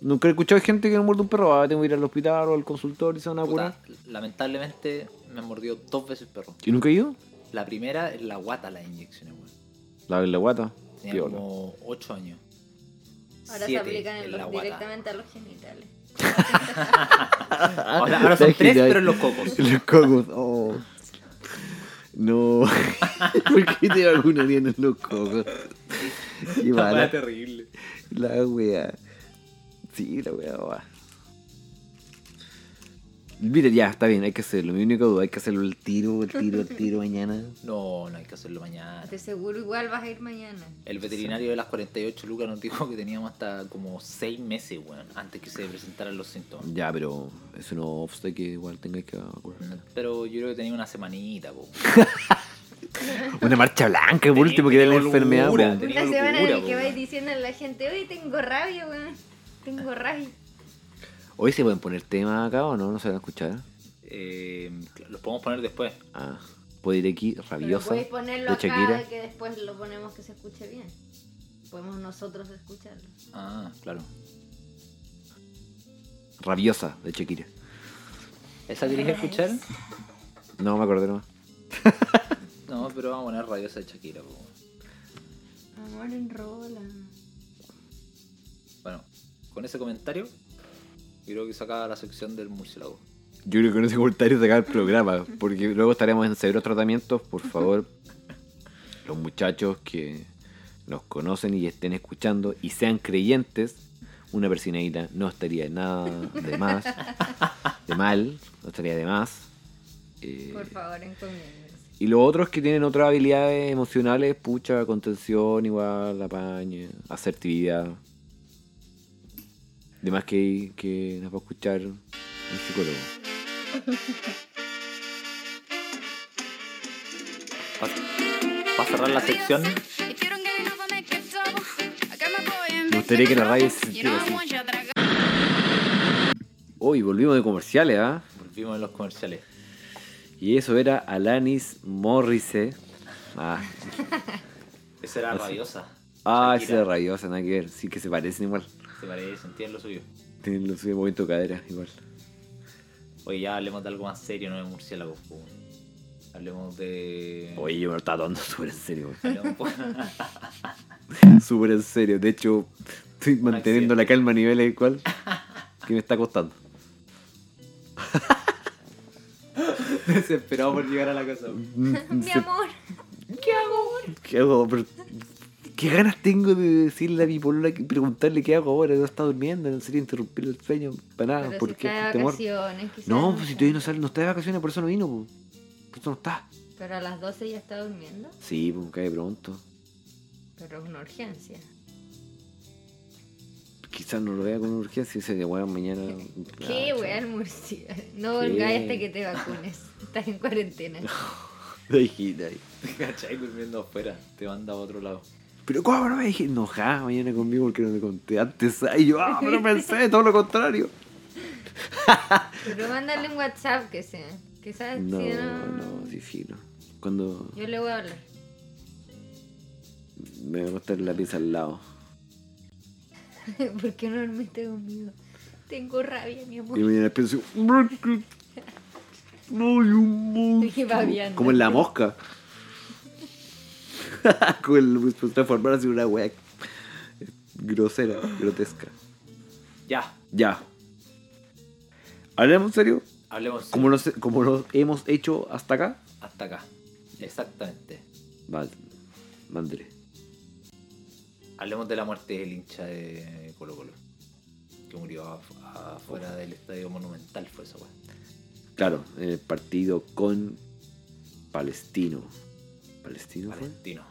[SPEAKER 2] Nunca he escuchado gente que no muerde un perro. Ah, tengo que ir al hospital o al consultorio y se van a curar.
[SPEAKER 3] Puta, lamentablemente me mordió dos veces el perro.
[SPEAKER 2] ¿Y nunca he ido?
[SPEAKER 3] La primera es la guata la inyección, weón.
[SPEAKER 2] La, la guata.
[SPEAKER 3] Tenía
[SPEAKER 2] Piola.
[SPEAKER 3] como 8 años.
[SPEAKER 1] Ahora
[SPEAKER 3] Siete
[SPEAKER 1] se aplican en
[SPEAKER 3] en
[SPEAKER 1] los-
[SPEAKER 3] la guata.
[SPEAKER 1] directamente a los genitales.
[SPEAKER 3] Ahora, ahora son
[SPEAKER 2] Ah, ¿Sabes qué?
[SPEAKER 3] tres,
[SPEAKER 2] Ya-
[SPEAKER 3] pero en los cocos.
[SPEAKER 2] Los cocos, oh. No. ¿Por qué te vacunarían en los cocos? Qué
[SPEAKER 3] La weá
[SPEAKER 2] mala.
[SPEAKER 3] terrible.
[SPEAKER 2] La wea. Sí, la wea va. Mira, ya, está bien, hay que hacerlo. Mi única duda, hay que hacerlo el tiro, el tiro, el tiro mañana.
[SPEAKER 3] No, no hay que hacerlo mañana.
[SPEAKER 1] De seguro igual vas a ir mañana.
[SPEAKER 3] El veterinario de las 48 lucas nos dijo que teníamos hasta como 6 meses, weón, antes que se presentaran los síntomas.
[SPEAKER 2] Ya, pero eso no obsta que igual tengáis que vacunar.
[SPEAKER 3] Pero yo creo que tenía una semanita, po.
[SPEAKER 2] Una marcha blanca, por último, que da la
[SPEAKER 3] Tenía
[SPEAKER 2] enfermedad.
[SPEAKER 3] holgura,
[SPEAKER 2] po.
[SPEAKER 3] tenía
[SPEAKER 1] Una semana
[SPEAKER 3] holgura,
[SPEAKER 1] en la que
[SPEAKER 3] po,
[SPEAKER 1] vais
[SPEAKER 3] weón.
[SPEAKER 1] diciendo a la gente, hoy tengo rabia, weón.
[SPEAKER 2] Ah,
[SPEAKER 1] Tengo rabia.
[SPEAKER 2] Hoy se pueden poner temas acá o no, no se van a escuchar.
[SPEAKER 3] Eh, los podemos poner después.
[SPEAKER 2] Ah, puede ir aquí,
[SPEAKER 1] Pero
[SPEAKER 2] rabiosa.
[SPEAKER 1] podéis
[SPEAKER 2] De
[SPEAKER 1] ponerlo
[SPEAKER 2] Shakira.
[SPEAKER 1] acá que después lo ponemos que se escuche bien. Podemos nosotros escucharlo.
[SPEAKER 3] Ah, claro.
[SPEAKER 2] Rabiosa, de Shakira.
[SPEAKER 3] ¿Esa querías escuchar?
[SPEAKER 2] No me acordé nomás.
[SPEAKER 3] No, pero vamos a poner radiosa de Shakira, po.
[SPEAKER 1] Amor en rola.
[SPEAKER 3] Bueno, con ese comentario, yo creo que se acaba la sección del murciélago.
[SPEAKER 2] Yo creo que con ese comentario se acaba el programa, porque luego estaremos en severos tratamientos. Por favor, los muchachos que nos conocen y estén escuchando y sean creyentes, una persinadita no estaría de nada de más, de mal, no estaría de más. Eh,
[SPEAKER 1] Por favor, encomiéndense.
[SPEAKER 2] y los otros que tienen otras habilidades emocionales, pucha, contención, igual, apañe, asertividad. Demás que, que nos va a escuchar un psicólogo.
[SPEAKER 3] Para cerrar la sección,
[SPEAKER 4] Me gustaría que la radio se
[SPEAKER 2] sintiera
[SPEAKER 4] sintiera
[SPEAKER 2] así.
[SPEAKER 4] así.
[SPEAKER 2] Hoy volvimos de comerciales, ¿ah?
[SPEAKER 3] volvimos en los comerciales.
[SPEAKER 2] Y eso era Alanis Morrisse. Ah,
[SPEAKER 3] Esa era
[SPEAKER 2] Así.
[SPEAKER 3] radiosa.
[SPEAKER 2] ah
[SPEAKER 3] Shakira.
[SPEAKER 2] ese era radiosa, nada que ver. Sí que se parecen igual.
[SPEAKER 3] Se parece, entiendes lo suyo.
[SPEAKER 2] Tienen los mismos movimientos de cadera, igual.
[SPEAKER 3] Oye, ya hablemos de algo más serio, no de murciélagos, po. Hablemos de.
[SPEAKER 2] Oye, yo me lo estaba tomando súper en serio. güey.
[SPEAKER 3] Hablemos, po.
[SPEAKER 2] Súper en serio. De hecho, estoy manteniendo la calma a nivel el cual que me está costando.
[SPEAKER 3] Desesperado por llegar a la casa.
[SPEAKER 1] Mi
[SPEAKER 2] Ah,
[SPEAKER 1] amor. ¿Qué amor?
[SPEAKER 2] ¿Qué hago? Mm, Pero, ¿Qué ganas tengo de decirle a mi polola, que- preguntarle qué hago ahora? No está durmiendo, no sería interrumpir el sueño para nada.
[SPEAKER 1] Pero si
[SPEAKER 2] porque este
[SPEAKER 1] está de
[SPEAKER 2] temor.
[SPEAKER 1] vacaciones, quizás.
[SPEAKER 2] No, pues si todavía no sale, no está de vacaciones, por eso no vino, po. por eso no está.
[SPEAKER 1] Pero a las 12 ya está durmiendo.
[SPEAKER 2] Sí, pues cae pronto.
[SPEAKER 1] Pero es una urgencia.
[SPEAKER 2] Quizás no lo vea con urgencia y se de weón mañana.
[SPEAKER 1] Qué
[SPEAKER 2] Ah,
[SPEAKER 1] wea el Murcia. No
[SPEAKER 2] Sí.
[SPEAKER 1] volváis hasta que te vacunes. Estás en cuarentena.
[SPEAKER 2] No dijiste ahí.
[SPEAKER 3] ¿Cachai? Durmiendo afuera. Te manda a otro lado.
[SPEAKER 2] Pero ¿cómo no me dije enojada mañana conmigo porque no me conté antes? Ay, yo, ah, pero pensé, todo lo contrario.
[SPEAKER 1] Pero mándale un WhatsApp que sea. Que sabes
[SPEAKER 2] No,
[SPEAKER 1] si
[SPEAKER 2] no, sí, fino. Cuando
[SPEAKER 1] Yo le voy a hablar.
[SPEAKER 2] me va a estar la pieza al lado.
[SPEAKER 1] ¿Por qué no dormiste conmigo? Tengo rabia, mi amor.
[SPEAKER 2] Y mañana pienso, "No, es que- no, yo un monstruo".
[SPEAKER 1] babeando.
[SPEAKER 2] Como en la mosca. Como el pues, transformarse en una wea grosera, grotesca.
[SPEAKER 3] Ya,
[SPEAKER 2] Ya. ¿Hablemos en serio?
[SPEAKER 3] hablemos
[SPEAKER 2] Como lo, como lo hemos hecho hasta acá,
[SPEAKER 3] hasta acá. Exactamente.
[SPEAKER 2] vale. Mandre.
[SPEAKER 3] Hablemos de la muerte del hincha de Colo Colo. Que murió af- afuera del estadio monumental, fue esa weá.
[SPEAKER 2] Claro, en el partido con Palestino. ¿Palestino fue?
[SPEAKER 3] Palestino.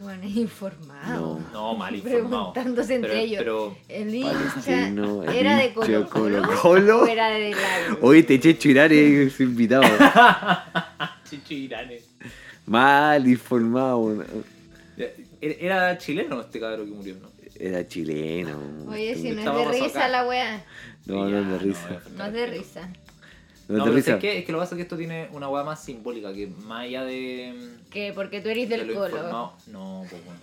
[SPEAKER 1] Bueno, es informado.
[SPEAKER 3] No, mal informado.
[SPEAKER 1] Preguntándose entre
[SPEAKER 3] Pero-
[SPEAKER 1] ellos.
[SPEAKER 3] pero-
[SPEAKER 1] el hincha
[SPEAKER 2] Palestino, el
[SPEAKER 1] era de
[SPEAKER 2] hincha
[SPEAKER 1] Colo Colo,
[SPEAKER 2] Colo-Colo.
[SPEAKER 1] o era de la U?
[SPEAKER 2] Oye, te eché churar es invitado.
[SPEAKER 3] Chichiranes.
[SPEAKER 2] Mal informado. ¿no?
[SPEAKER 3] er-, Era chileno este cabrón que murió, ¿no?
[SPEAKER 2] Era chileno. este,
[SPEAKER 1] Oye, si no es de
[SPEAKER 3] Estábamos
[SPEAKER 1] risa
[SPEAKER 3] acá.
[SPEAKER 1] la wea.
[SPEAKER 2] No, no es de risa.
[SPEAKER 1] No es de risa.
[SPEAKER 2] No, es de
[SPEAKER 3] No, pero
[SPEAKER 2] risa.
[SPEAKER 3] es que, es que lo que pasa es que esto tiene una hueá más simbólica, que más allá de, mm,
[SPEAKER 1] Que porque tú eres
[SPEAKER 3] de
[SPEAKER 1] del
[SPEAKER 3] lo
[SPEAKER 1] Colo.
[SPEAKER 3] informado- No, po, bueno.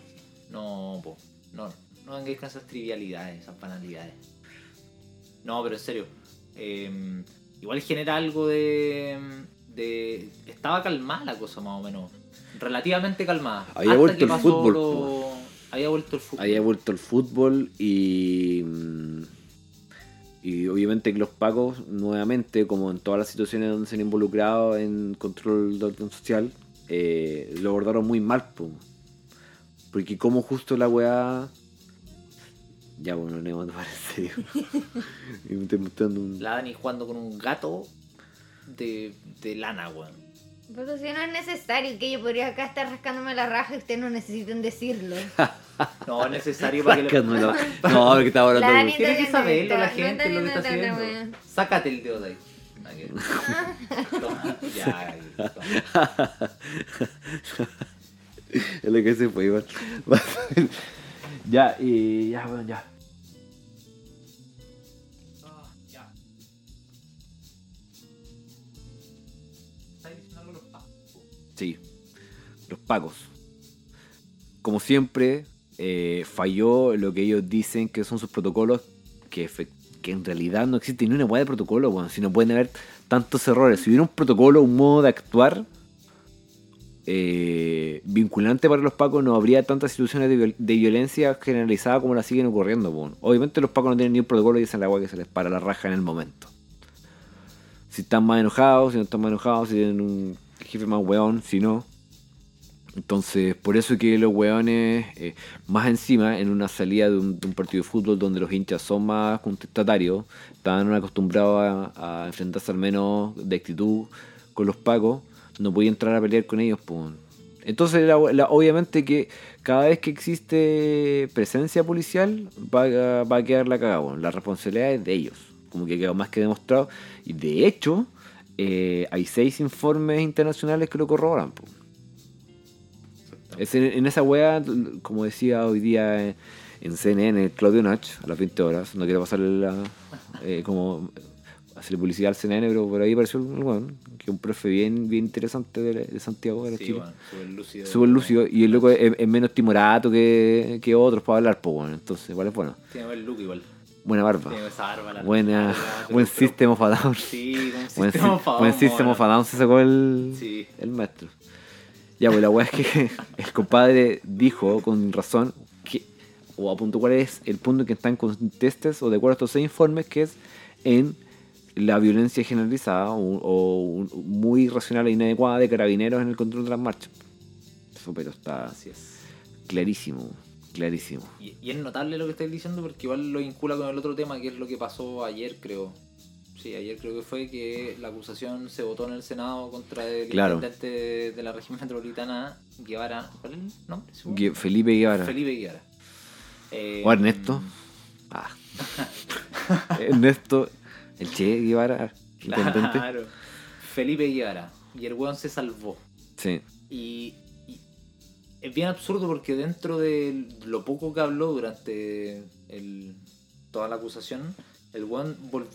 [SPEAKER 3] No, po. No, no vengáis con esas trivialidades, esas banalidades. No, pero en serio. eh, igual genera algo de, de. Estaba calmada la cosa, más o menos. Relativamente calmada.
[SPEAKER 2] Había
[SPEAKER 3] Hasta
[SPEAKER 2] vuelto
[SPEAKER 3] que
[SPEAKER 2] el
[SPEAKER 3] pasó
[SPEAKER 2] fútbol,
[SPEAKER 3] lo-
[SPEAKER 2] po.
[SPEAKER 3] Había vuelto el fútbol.
[SPEAKER 2] Había vuelto el fútbol y. mm, Y obviamente que los pacos, nuevamente, como en todas las situaciones donde se han involucrado en control de orden social, eh, lo abordaron muy mal, po. Porque como justo la weá. Ya, bueno, no me tomar en serio. y me estoy mostrando un.
[SPEAKER 3] La Dani jugando con un gato de, de lana, weón.
[SPEAKER 1] Pero si no es necesario, que yo podría acá estar rascándome la raja y ustedes no necesitan decirlo.
[SPEAKER 3] No, es necesario para que le...
[SPEAKER 2] Sácame la- No, porque estaba hablando.
[SPEAKER 1] La
[SPEAKER 2] de-
[SPEAKER 1] Dani-
[SPEAKER 3] Tiene que
[SPEAKER 1] Está
[SPEAKER 3] saberlo la
[SPEAKER 1] bien,
[SPEAKER 3] gente
[SPEAKER 1] está
[SPEAKER 3] lo que
[SPEAKER 1] bien,
[SPEAKER 3] está
[SPEAKER 1] está bien, está
[SPEAKER 3] haciendo. Sácate el dedo de ahí. Aquí. Toma, ya, toma.
[SPEAKER 2] Es lo que se fue, igual. ya, y ya, bueno, ya. Sí, los pacos. Como siempre, eh, falló lo que ellos dicen que son sus protocolos, que, efe- que en realidad no existe ni una hueá de protocolo, weón, si no pueden haber tantos errores. Si hubiera un protocolo, un modo de actuar eh, vinculante para los pacos, no habría tantas situaciones de, viol- de violencia generalizada como las siguen ocurriendo. weón. Obviamente los pacos no tienen ni un protocolo y es la agua que se les para la raja en el momento si están más enojados, si no están más enojados, si tienen un jefe más weón, si no. Entonces, por eso que los weones, eh, más encima, en una salida de un, de un partido de fútbol donde los hinchas son más contestatarios, estaban acostumbrados a, a enfrentarse al menos de actitud con los pacos, no podía entrar a pelear con ellos. pues. Entonces, la- la- obviamente que cada vez que existe presencia policial, va, a- va a quedar la cagada. weón. La responsabilidad es de ellos, como que quedó más que demostrado. Y de hecho, eh, hay seis informes internacionales que lo corroboran. po. Es en, en esa wea, como decía hoy día eh, en CNN, Claudio Nach, a las 20 horas, no quiero pasarle la, eh, como hacerle publicidad al CNN, pero por ahí apareció un weón, que un profe bien, bien interesante de, de Santiago de la
[SPEAKER 3] Sí,
[SPEAKER 2] Chile.
[SPEAKER 3] bueno, súper lúcido.
[SPEAKER 2] Súper lúcido y el loco es, es menos timorato que, que otros para hablar, pues bueno, entonces igual es bueno.
[SPEAKER 3] Tiene buen look igual.
[SPEAKER 2] Buena barba,
[SPEAKER 3] Tiene esa barba. la-
[SPEAKER 2] Ah, buena,
[SPEAKER 3] la- la-
[SPEAKER 2] buen
[SPEAKER 3] pero-
[SPEAKER 2] sistema para down.
[SPEAKER 3] Sí, un
[SPEAKER 2] Buen,
[SPEAKER 3] sistema
[SPEAKER 2] si-
[SPEAKER 3] fadón,
[SPEAKER 2] buen sistema
[SPEAKER 3] bueno.
[SPEAKER 2] of a Down se sacó el,
[SPEAKER 3] Sí.
[SPEAKER 2] el maestro. Ya, pues la weá es que el compadre dijo con razón que, o apuntó cuál es el punto en que están contestes o de acuerdo a estos seis informes, que es en la violencia generalizada o, o un- muy irracional e inadecuada de carabineros en el control de las marchas. Eso, pero está
[SPEAKER 3] Así es.
[SPEAKER 2] clarísimo, clarísimo.
[SPEAKER 3] Y, y es notable lo que estáis diciendo porque igual lo vincula con el otro tema que es lo que pasó ayer, creo. Sí, ayer creo que fue que la acusación se votó en el Senado contra el
[SPEAKER 2] Claro.
[SPEAKER 3] intendente de la región metropolitana, Guevara. ¿Cuál es el nombre? ¿Su-
[SPEAKER 2] Gue- Felipe Guevara.
[SPEAKER 3] Felipe Guevara. Eh,
[SPEAKER 2] O Ernesto. Ah. Ernesto, el Che Guevara, intendente.
[SPEAKER 3] Claro. Felipe Guevara. Y el weón se salvó.
[SPEAKER 2] Sí.
[SPEAKER 3] Y, y es bien absurdo porque dentro de lo poco que habló durante el- toda la acusación, el weón vol-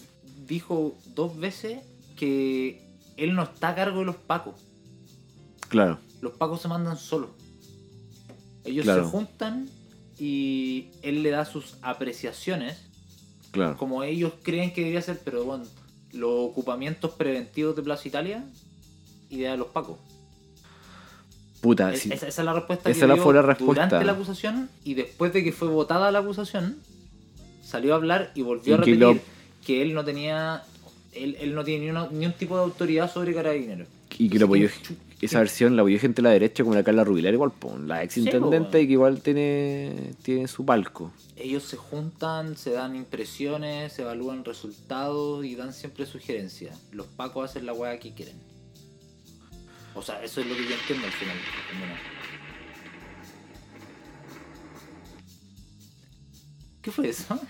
[SPEAKER 3] dijo dos veces que él no está a cargo de los pacos.
[SPEAKER 2] Claro.
[SPEAKER 3] Los pacos se mandan solos. Ellos
[SPEAKER 2] Claro.
[SPEAKER 3] se juntan y él le da sus apreciaciones
[SPEAKER 2] Claro.
[SPEAKER 3] como ellos creen que debería ser, pero bueno, los ocupamientos preventivos de Plaza Italia, idea de los pacos.
[SPEAKER 2] Puta,
[SPEAKER 3] Es-
[SPEAKER 2] Ah, sí.
[SPEAKER 3] esa, esa es la respuesta
[SPEAKER 2] Esa la
[SPEAKER 3] dio
[SPEAKER 2] fue la respuesta.
[SPEAKER 3] durante la acusación y después de que fue votada la acusación, salió a hablar y volvió a
[SPEAKER 2] Y que
[SPEAKER 3] repetir
[SPEAKER 2] lo-
[SPEAKER 3] que él no tenía él, él no tiene ni, una- ni un tipo de autoridad sobre carabineros.
[SPEAKER 2] y que lo apoyó. Esa versión la apoyó gente de la derecha como la Carla Rubilar igual, po, la ex
[SPEAKER 3] Sí, po,
[SPEAKER 2] intendente
[SPEAKER 3] weón.
[SPEAKER 2] y que igual tiene, tiene su palco.
[SPEAKER 3] Ellos se juntan, se dan impresiones, se evalúan resultados y dan siempre sugerencias. Los pacos hacen la weá que quieren. O sea, eso es lo que yo entiendo al final. como- ¿Qué fue eso?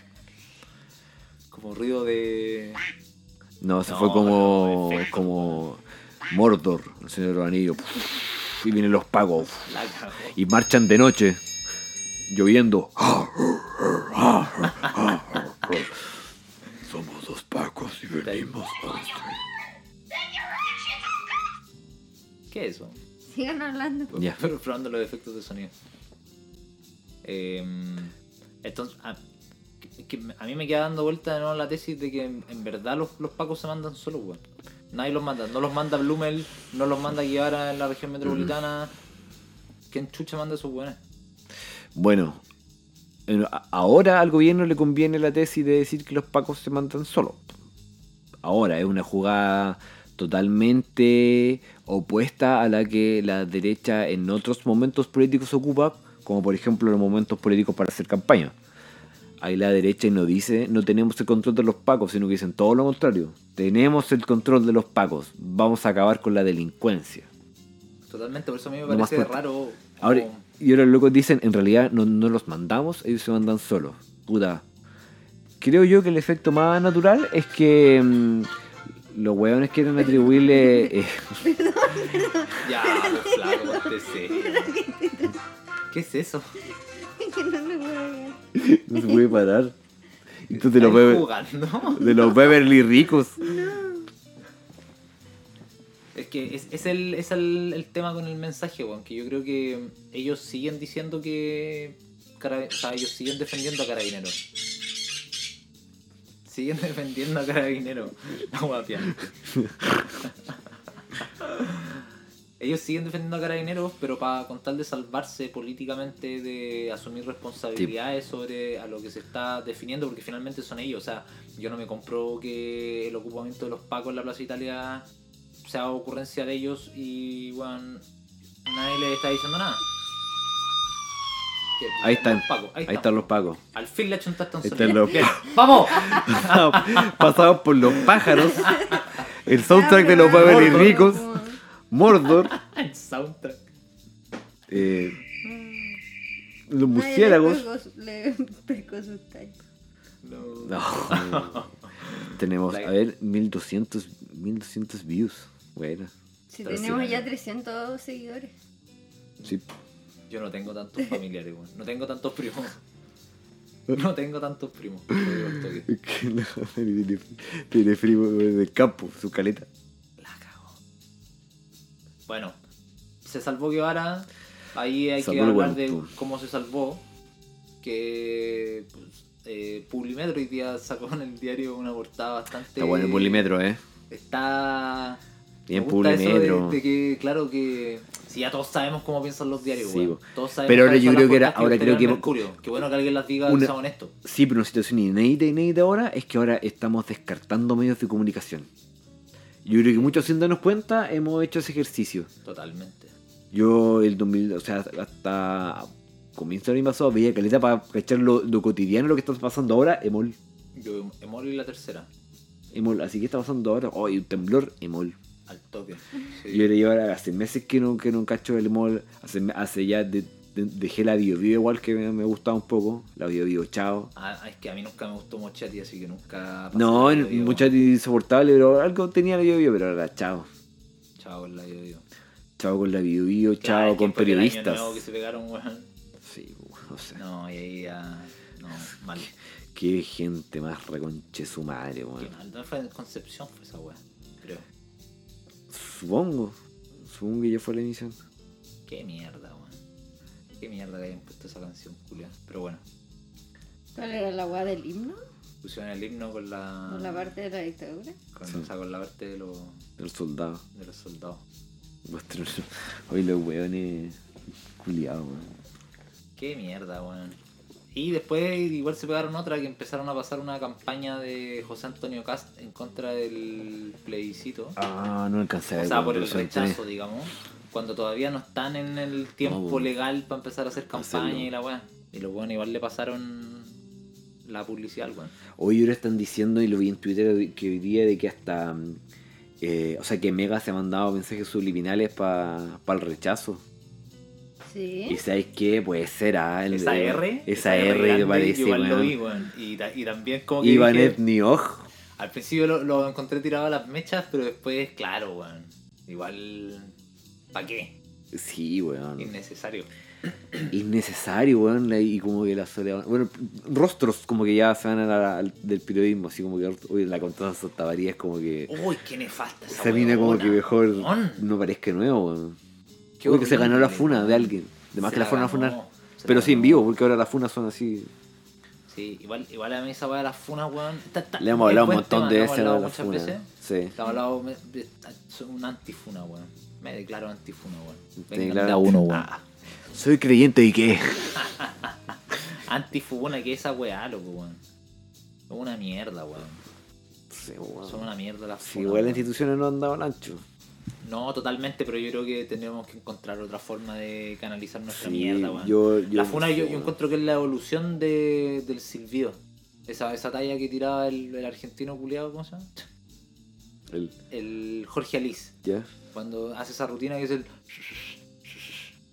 [SPEAKER 3] Como ruido de.
[SPEAKER 2] No, se
[SPEAKER 3] No,
[SPEAKER 2] fue como,
[SPEAKER 3] no, efecto.
[SPEAKER 2] como Mordor, el Señor de los Anillos. Y vienen los pagos.
[SPEAKER 3] La cagó.
[SPEAKER 2] Y marchan de noche, lloviendo. Somos dos pacos y venimos a destruir.
[SPEAKER 3] ¿Qué es eso?
[SPEAKER 1] Sigan hablando.
[SPEAKER 2] Ya.
[SPEAKER 3] Pero probando los efectos de sonido. Em, entonces, a, que- que a mí me queda dando vuelta de nuevo la tesis de que en, en verdad los, los pacos se mandan solos, weón. Nadie los manda. No los manda Blumel, no los manda Guevara en la región metropolitana. ¿Quién chucha manda esos weones?
[SPEAKER 2] Bueno, en- a- ahora al gobierno le conviene la tesis de decir que los pacos se mandan solos. Ahora es una jugada totalmente opuesta a la que la derecha en otros momentos políticos ocupa, como por ejemplo los momentos políticos para hacer campaña. Ahí la derecha no dice no tenemos el control de los pacos, sino que dicen todo lo contrario. Tenemos el control de los pacos, vamos a acabar con la delincuencia.
[SPEAKER 3] Totalmente, por eso a mí me
[SPEAKER 2] No más
[SPEAKER 3] parece
[SPEAKER 2] cuenta.
[SPEAKER 3] raro.
[SPEAKER 2] Ahora,
[SPEAKER 3] como-
[SPEAKER 2] y ahora los locos dicen, en realidad no, no los mandamos, ellos se mandan solos. Puta. Creo yo que el efecto más natural es que mm, los hueones quieren atribuirle... eh,
[SPEAKER 3] Ya, pues, flaco, ponte serio. ¿Qué es eso?
[SPEAKER 1] Que no me voy a
[SPEAKER 2] no se puede parar. Esto de los,
[SPEAKER 3] ¿Están
[SPEAKER 2] Bever-
[SPEAKER 3] jugando?
[SPEAKER 2] de los Beverly ricos.
[SPEAKER 3] Es que es, es el, es el, el tema con el mensaje, weón, que yo creo que ellos siguen diciendo que... Carabi- o sea, ellos siguen defendiendo a Carabineros. Siguen defendiendo a Carabineros. La guapia. ellos siguen defendiendo a Carabineros, pero para con tal de salvarse políticamente de asumir responsabilidades sobre a lo que se está definiendo, porque finalmente son ellos. O sea, yo no me compro que el ocupamiento de los pacos en la Plaza Italia sea ocurrencia de ellos y weón, nadie le está diciendo nada. Que-
[SPEAKER 2] Ahí están.
[SPEAKER 3] los pacos,
[SPEAKER 2] Ahí están los pacos.
[SPEAKER 3] Al fin le achuntaste un
[SPEAKER 2] Ahí
[SPEAKER 3] sonido.
[SPEAKER 2] están los-
[SPEAKER 3] Bien, ¡Vamos!
[SPEAKER 2] Pasados por los pájaros. El soundtrack de los
[SPEAKER 1] Abre,
[SPEAKER 2] Beverly
[SPEAKER 1] abre,
[SPEAKER 2] ricos.
[SPEAKER 1] como-
[SPEAKER 2] Mordor.
[SPEAKER 3] El soundtrack.
[SPEAKER 2] eh, los
[SPEAKER 1] Nadie le
[SPEAKER 2] murciélagos.
[SPEAKER 1] pegó su- Le pegó su tallo.
[SPEAKER 3] No.
[SPEAKER 2] No. Tenemos, a ver, 1200, 1200 views. Bueno,
[SPEAKER 1] Si
[SPEAKER 3] Pero sí,
[SPEAKER 1] tenemos ya
[SPEAKER 3] bueno.
[SPEAKER 1] 300 seguidores.
[SPEAKER 2] sí.
[SPEAKER 3] Yo no tengo tantos familiares, weón. No tengo tantos primos. No tengo tantos primos. Lo digo al toque.
[SPEAKER 2] Es que la Javi tiene, tiene frío del campo, su caleta.
[SPEAKER 3] Bueno, se salvó Guevara. Ahí hay
[SPEAKER 2] Salvó
[SPEAKER 3] que
[SPEAKER 2] el
[SPEAKER 3] hablar de
[SPEAKER 2] guanto.
[SPEAKER 3] cómo se salvó. Que pues, eh, Publimetro hoy día sacó en el diario una portada bastante.
[SPEAKER 2] Está bueno el pulimetro, ¿eh?
[SPEAKER 3] Está.
[SPEAKER 2] Bien
[SPEAKER 3] me gusta eso de-
[SPEAKER 2] Publimetro.
[SPEAKER 3] de que, claro que. Si ya todos sabemos cómo piensan los diarios,
[SPEAKER 2] Sí,
[SPEAKER 3] weón.
[SPEAKER 2] bo.
[SPEAKER 3] Todos sabemos
[SPEAKER 2] Pero ahora
[SPEAKER 3] cuáles
[SPEAKER 2] yo
[SPEAKER 3] son
[SPEAKER 2] creo
[SPEAKER 3] las
[SPEAKER 2] que era-
[SPEAKER 3] portadas
[SPEAKER 2] ahora
[SPEAKER 3] le
[SPEAKER 2] creo
[SPEAKER 3] entrega
[SPEAKER 2] que-
[SPEAKER 3] el Mercurio. Qué bueno que alguien las diga
[SPEAKER 2] Una-
[SPEAKER 3] que sea honesto.
[SPEAKER 2] Sí, pero una situación inédita, inédita ahora es que ahora estamos descartando medios de comunicación. Yo creo que muchos sin darnos cuenta hemos hecho ese ejercicio.
[SPEAKER 3] Totalmente.
[SPEAKER 2] Yo el 2000, o sea, hasta comienzo del año pasado veía caleta para cachar lo, lo cotidiano, lo que está pasando ahora, hemos
[SPEAKER 3] Yo, Emol y la tercera.
[SPEAKER 2] Emol, así que está pasando ahora. Oh, y un temblor, Emol.
[SPEAKER 3] Al toque.
[SPEAKER 2] Yo era yo ahora hace meses que no, que no cacho el Emol. Hace, hace ya de- de- dejé la Bio Bio igual que me, me gustaba un poco. La Bio Bio, chao.
[SPEAKER 3] Ah, es que a mí nunca me gustó Mochati, así que nunca. pasé
[SPEAKER 2] No,
[SPEAKER 3] la
[SPEAKER 2] en-
[SPEAKER 3] yo-yo.
[SPEAKER 2] mucha insoportable, pero algo tenía la Bio Bio, pero ahora chao.
[SPEAKER 3] Chao, con la yo
[SPEAKER 2] Chao con la Bio Bio, chao con periodistas.
[SPEAKER 3] que se pegaron, weón.
[SPEAKER 2] Sí, o sea,
[SPEAKER 3] No, y ahí ya. No, mal.
[SPEAKER 2] qué gente más reconche su madre,
[SPEAKER 3] Qué
[SPEAKER 2] weón.
[SPEAKER 3] mal. ¿Dónde fue en Concepción? Fue esa weón. Creo.
[SPEAKER 2] Supongo, supongo que ya fue la emisión.
[SPEAKER 3] Qué mierda, weón. Qué mierda que hayan puesto esa canción, Julia. Pero bueno,
[SPEAKER 1] ¿Cuál era la weá del himno?
[SPEAKER 3] pusieron el himno con la.
[SPEAKER 1] ¿Con la parte de la dictadura?
[SPEAKER 3] Con,
[SPEAKER 2] Sí.
[SPEAKER 3] o sea, con la parte de los,
[SPEAKER 2] El soldado.
[SPEAKER 3] de los soldados.
[SPEAKER 2] Vuestros- Hoy los weones culiados, weón.
[SPEAKER 3] Qué mierda, weón. Y después igual se pegaron otra que empezaron a pasar una campaña de José Antonio Cast en contra del plebiscito.
[SPEAKER 2] Ah, no alcancé a
[SPEAKER 3] o
[SPEAKER 2] ver.
[SPEAKER 3] sea,
[SPEAKER 2] weón,
[SPEAKER 3] por
[SPEAKER 2] pero
[SPEAKER 3] el
[SPEAKER 2] se me
[SPEAKER 3] rechazo,
[SPEAKER 2] tiene-
[SPEAKER 3] digamos. Cuando todavía no están en el tiempo
[SPEAKER 2] weón.
[SPEAKER 3] legal para empezar a hacer campaña
[SPEAKER 2] pues. Hacerlo.
[SPEAKER 3] y la weá. Y los weón igual le pasaron la publicidad al weón.
[SPEAKER 2] Hoy ahora están diciendo, y lo vi en Twitter, que hoy día de que hasta. mm, eh, o sea, que Mega se ha mandado mensajes subliminales para el rechazo. ¿Y
[SPEAKER 1] Sí.
[SPEAKER 2] sabes qué? Puede ser ah, el-
[SPEAKER 3] Esa
[SPEAKER 2] el-
[SPEAKER 3] R.
[SPEAKER 2] Esa R que
[SPEAKER 3] grande,
[SPEAKER 2] parece,
[SPEAKER 3] Igual lo
[SPEAKER 2] weón.
[SPEAKER 3] vi, weón. Y, ta- y también como que.
[SPEAKER 2] Iván
[SPEAKER 3] dije-
[SPEAKER 2] Etnioj.
[SPEAKER 3] Al principio lo, lo encontré tirado a las mechas, pero después, claro, weón. Igual. ¿Para qué?
[SPEAKER 2] Sí, weón.
[SPEAKER 3] Innecesario.
[SPEAKER 2] Innecesario, weón. la- Y como que la soledad. Bueno, rostros como que ya se van a la- al- del periodismo. Así como que uy, la Constanza Santa María es como que.
[SPEAKER 3] Uy, qué nefasta esa
[SPEAKER 2] Esa mina como
[SPEAKER 3] weona,
[SPEAKER 2] que mejor
[SPEAKER 3] weón.
[SPEAKER 2] no parezca nuevo, weón.
[SPEAKER 3] Qué
[SPEAKER 2] Uy, que se
[SPEAKER 3] horrible.
[SPEAKER 2] ganó la funa de alguien. Además
[SPEAKER 3] Se
[SPEAKER 2] que la
[SPEAKER 3] la
[SPEAKER 2] fueron a
[SPEAKER 3] ganó,
[SPEAKER 2] funar.
[SPEAKER 3] se
[SPEAKER 2] Pero
[SPEAKER 3] la
[SPEAKER 2] sí en
[SPEAKER 3] ganó.
[SPEAKER 2] vivo, porque ahora las funas son así.
[SPEAKER 3] Sí, igual, igual a mí esa weá de las funas, weón. ta- ta-
[SPEAKER 2] Le hemos hablado un
[SPEAKER 3] es buen
[SPEAKER 2] montón
[SPEAKER 3] tema,
[SPEAKER 2] de
[SPEAKER 3] lo
[SPEAKER 2] veces a
[SPEAKER 3] hablado
[SPEAKER 2] la
[SPEAKER 3] muchas
[SPEAKER 2] funa.
[SPEAKER 3] veces.
[SPEAKER 2] Sí.
[SPEAKER 3] Lo he hablado, me- me- soy un antifuna, weón. Me declaro antifuna, weón.
[SPEAKER 2] Te
[SPEAKER 3] Venga,
[SPEAKER 2] declaras-
[SPEAKER 3] da uno, weón.
[SPEAKER 2] Ah, Soy creyente y qué.
[SPEAKER 3] Antifuna, que esa weá, loco, weón. Son una mierda, weón.
[SPEAKER 2] Sí, weón.
[SPEAKER 3] Son una mierda las funas.
[SPEAKER 2] Sí, igual
[SPEAKER 3] weón.
[SPEAKER 2] las instituciones no han dado el ancho.
[SPEAKER 3] No, totalmente, pero yo creo que tenemos que encontrar otra forma de canalizar nuestra
[SPEAKER 2] Sí,
[SPEAKER 3] mierda, weón.
[SPEAKER 2] yo- yo-
[SPEAKER 3] la funa yo,
[SPEAKER 2] sí,
[SPEAKER 3] yo
[SPEAKER 2] weón.
[SPEAKER 3] encuentro que es la evolución de, del silbido. Esa, esa talla que tiraba el, el argentino culiado, ¿cómo se llama?
[SPEAKER 2] El-
[SPEAKER 3] El Jorge Alice.
[SPEAKER 2] ¿Ya?
[SPEAKER 3] Cuando hace esa rutina que es el...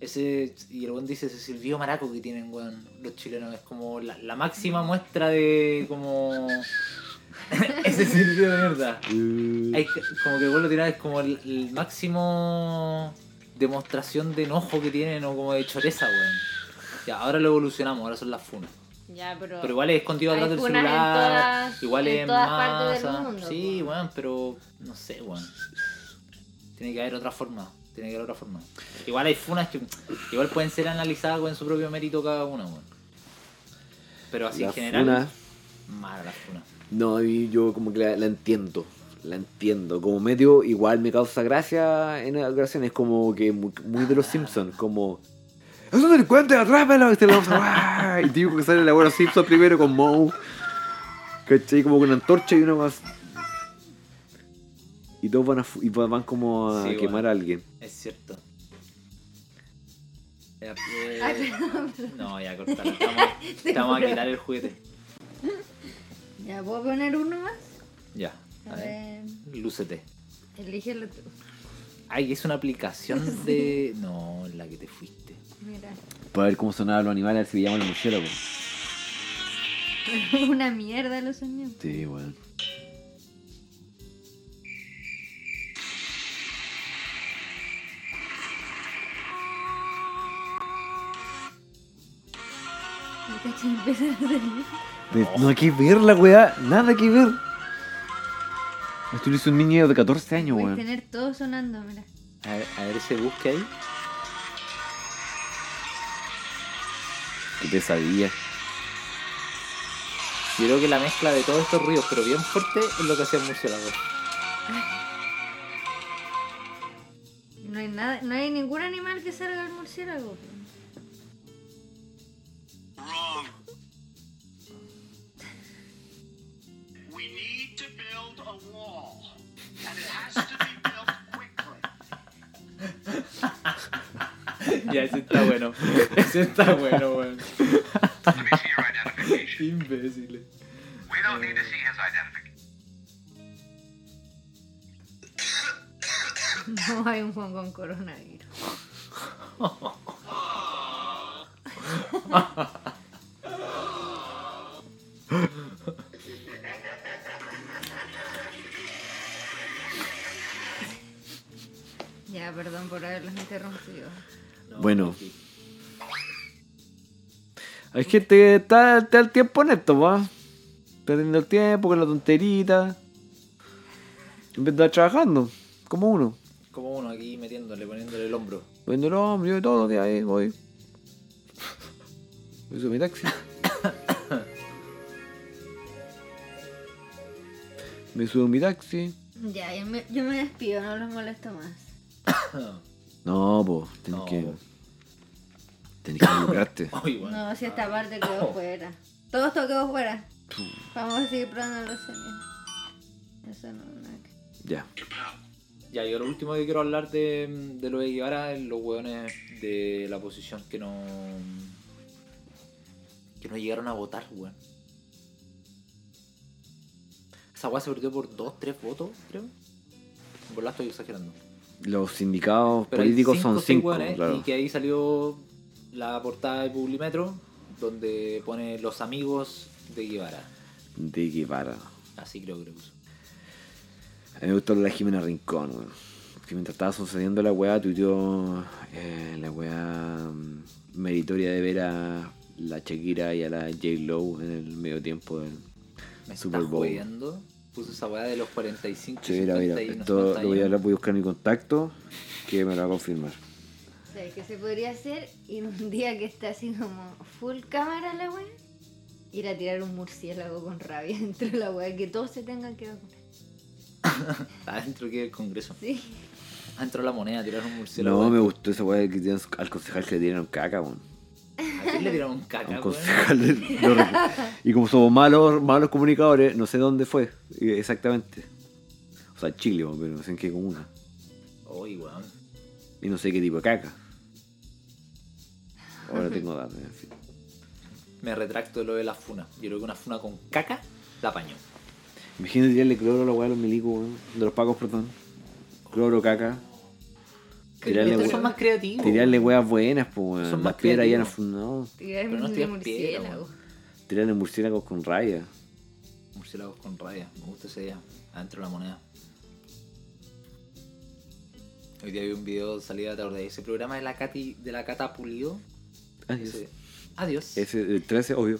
[SPEAKER 3] Ese, y el buen dice ese silbido maraco que tienen, weón, los chilenos. Es como la, la máxima muestra de como... ese silbido de mierda. Hay que- como que vos lo tirás, es como el, el máximo demostración de enojo que tienen o como de choreza, weón. Ya, ahora lo evolucionamos, ahora son las funas.
[SPEAKER 1] Ya, pero.
[SPEAKER 3] Pero igual es escondido
[SPEAKER 1] Hay
[SPEAKER 3] atrás del
[SPEAKER 1] funas en
[SPEAKER 3] celular,
[SPEAKER 1] todas-
[SPEAKER 3] igual
[SPEAKER 1] en
[SPEAKER 3] es
[SPEAKER 1] todas
[SPEAKER 3] masa.
[SPEAKER 1] partes del mundo,
[SPEAKER 3] sí,
[SPEAKER 1] weón.
[SPEAKER 3] weón, pero no sé, weón. Tiene que haber otra forma, tiene que haber otra forma. Igual hay funas que igual pueden ser analizadas con su propio mérito cada una, weón. Pero así en
[SPEAKER 2] Las
[SPEAKER 3] general,
[SPEAKER 2] funas-
[SPEAKER 3] mala las funas.
[SPEAKER 2] No, y yo como que la, la entiendo. La entiendo. Como medio, igual me causa gracia en ocasiones. Como que muy, muy de los Simpsons. Como. ¡Es un delincuente! ¡Atrápalo! Y, se lo- ¡Ah! y digo que sale el abuelo Simpson primero con Moe. ¿Cachai? Como con una antorcha y una más. Y todos van, a, fu- y van van como a
[SPEAKER 3] Sí, bueno.
[SPEAKER 2] quemar a alguien.
[SPEAKER 3] Es cierto. Eh,
[SPEAKER 1] Ay,
[SPEAKER 3] no, ya cortala. Te vamos, te vamos a
[SPEAKER 1] juro.
[SPEAKER 3] quitar el juguete.
[SPEAKER 1] Ya, ¿puedo poner uno más?
[SPEAKER 3] Ya.
[SPEAKER 1] A ver.
[SPEAKER 3] Lúcete.
[SPEAKER 1] Elígelo tú.
[SPEAKER 3] Ay, es una aplicación de. No, en la que te fuiste.
[SPEAKER 1] Mira.
[SPEAKER 2] Para ver cómo sonaban los animales, a ver si pillaban los murciélagos.
[SPEAKER 1] Una mierda lo soñé.
[SPEAKER 2] Sí, bueno.
[SPEAKER 1] Me caché empezar a hacer.
[SPEAKER 2] Pero No hay que ver la weá, nada que ver. Esto lo hizo un niño de 14 años,
[SPEAKER 1] Puedes
[SPEAKER 2] weón.
[SPEAKER 1] tener todo sonando, mira.
[SPEAKER 3] A ver, a ver se busca ahí.
[SPEAKER 2] Qué pesadilla.
[SPEAKER 3] Yo creo que la mezcla de todos estos ruidos, pero bien fuerte, es lo que hacía el murciélago.
[SPEAKER 1] No hay nada, no hay ningún animal que salga del murciélago.
[SPEAKER 5] Wrong. We need to build a wall, and it has to be built quickly.
[SPEAKER 3] Ya, ese está bueno. Ese está bueno, weón. Imbéciles.
[SPEAKER 5] We don't need to see his identification.
[SPEAKER 1] No hay un Juan con coronavirus. Ya, perdón por haberlos interrumpido.
[SPEAKER 2] Bueno. Hay gente que está, está el tiempo en esto, va. Perdiendo el tiempo con la tonterita. En vez de estar trabajando, como uno.
[SPEAKER 3] Como uno aquí metiéndole, poniéndole el hombro.
[SPEAKER 2] Viendo el hombre, yo de todo, de ahí voy. Me subí mi taxi. Me subo a mi taxi.
[SPEAKER 1] Ya, yo me, yo me despido, no los molesto más.
[SPEAKER 2] No, po, tenés
[SPEAKER 3] No,
[SPEAKER 2] que.
[SPEAKER 3] po.
[SPEAKER 2] Tenés que involucrarte.
[SPEAKER 3] Ay, weón.
[SPEAKER 1] No, si esta parte quedó fuera. Todo esto quedó fuera. Vamos a seguir probando los sonidos. Eso no, nada que-
[SPEAKER 2] ya.
[SPEAKER 3] Ya, yo lo último que quiero hablar de, de lo de Guevara es los hueones de la posición que no. que no llegaron a votar, weón. Esa weá se perdió por 2, 3 votos, creo. Por la estoy exagerando.
[SPEAKER 2] Los sindicatos
[SPEAKER 3] Pero hay
[SPEAKER 2] políticos son
[SPEAKER 3] seis
[SPEAKER 2] cinco.
[SPEAKER 3] hueones,
[SPEAKER 2] claro.
[SPEAKER 3] Y que ahí salió la portada de Publimetro, donde pone los amigos de Guevara.
[SPEAKER 2] De Guevara.
[SPEAKER 3] Así creo que lo puso.
[SPEAKER 2] A mí me gustó la Jimena Rincón, weón. Que mientras estaba sucediendo la weá, tuiteó eh, la weá mm, meritoria de ver a la Shakira y a la J. Lowe en el medio tiempo del
[SPEAKER 3] Me
[SPEAKER 2] Super
[SPEAKER 3] está
[SPEAKER 2] Bowl.
[SPEAKER 3] jodiendo. Puso esa weá de los 45.
[SPEAKER 2] Sí, mira, mira,
[SPEAKER 3] 50 y no sé
[SPEAKER 2] esto
[SPEAKER 3] cuántos
[SPEAKER 2] lo voy a,
[SPEAKER 3] años.
[SPEAKER 2] hablar, voy a buscar mi contacto que me lo va a confirmar.
[SPEAKER 1] ¿Sabes qué se podría hacer? Ir un día que está así como full cámara la wea, ir a tirar un murciélago con rabia dentro de la wea, que todos se tengan que vacunar.
[SPEAKER 3] Está dentro que Ah, el Congreso.
[SPEAKER 1] Sí.
[SPEAKER 3] Adentro la moneda, tiraron un
[SPEAKER 2] no,
[SPEAKER 3] murciélago.
[SPEAKER 2] me gustó esa weá que tiran al concejal que le dieron caca, weón.
[SPEAKER 3] ¿A quién le tiraron
[SPEAKER 2] A un
[SPEAKER 3] caca, weón?
[SPEAKER 2] concejal de- lo re- Y como somos malos, malos comunicadores, no sé dónde fue eh, exactamente. O sea, Chile, weón, pero no sé en qué comuna.
[SPEAKER 3] Oye, weón.
[SPEAKER 2] Y no sé qué tipo de caca. Ahora tengo datos, en fin.
[SPEAKER 3] Me retracto de lo de la funa. Yo creo que una funa con caca la apañó.
[SPEAKER 2] Imagínate tirarle cloro a la weá de los milicos, weón. De los pacos, perdón. Cloro, caca. Tirarle
[SPEAKER 3] Estos
[SPEAKER 2] weá.
[SPEAKER 3] son más creativos.
[SPEAKER 2] Tirarle weas buenas, pues,
[SPEAKER 3] Son
[SPEAKER 2] weón.
[SPEAKER 3] más
[SPEAKER 2] Las piedras ya no,
[SPEAKER 3] creativos.
[SPEAKER 2] fu- no.
[SPEAKER 1] Tirar
[SPEAKER 3] Pero no
[SPEAKER 1] un
[SPEAKER 3] estoy piedra,
[SPEAKER 1] murciélago.
[SPEAKER 3] weón.
[SPEAKER 2] Tirarle murciélagos con raya.
[SPEAKER 3] Murciélagos con raya. Me gusta esa idea. Adentro la moneda. Hoy día vi un video de salida tarde de ese programa de la Cati, de la Cata Pulido.
[SPEAKER 2] Ah,
[SPEAKER 3] Ese- Adiós.
[SPEAKER 2] Ese, el 13, obvio.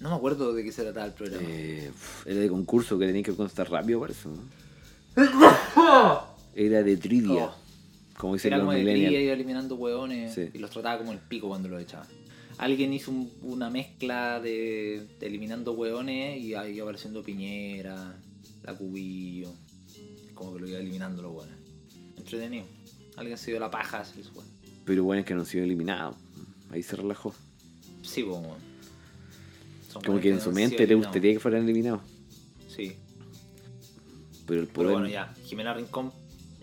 [SPEAKER 3] No me acuerdo de qué se trataba el programa.
[SPEAKER 2] Eh, pf, era de concurso que tenías que contestar rápido, parece. ¿no? Era de trivia.
[SPEAKER 3] Oh.
[SPEAKER 2] Como dicen
[SPEAKER 3] Era
[SPEAKER 2] los
[SPEAKER 3] como de cría,
[SPEAKER 2] millennials.
[SPEAKER 3] iba eliminando hueones
[SPEAKER 2] Sí.
[SPEAKER 3] y los trataba como el pico cuando los echaban. Alguien hizo un- una mezcla de, de eliminando hueones y ahí iba apareciendo Piñera, la Cubillo. Como que lo iba eliminando los hueones. Entretenido. Alguien se dio la paja así su hueón.
[SPEAKER 2] Pero bueno, es que no han sido eliminados. Ahí se relajó.
[SPEAKER 3] Sí, pues, hueón. Son
[SPEAKER 2] Como
[SPEAKER 3] hueones
[SPEAKER 2] que en
[SPEAKER 3] no
[SPEAKER 2] su
[SPEAKER 3] han
[SPEAKER 2] mente
[SPEAKER 3] sido
[SPEAKER 2] le
[SPEAKER 3] eliminados.
[SPEAKER 2] gustaría que fueran eliminados.
[SPEAKER 3] Sí.
[SPEAKER 2] Pero el
[SPEAKER 3] Pero
[SPEAKER 2] poder.
[SPEAKER 3] bueno, ya. Jimena Rincón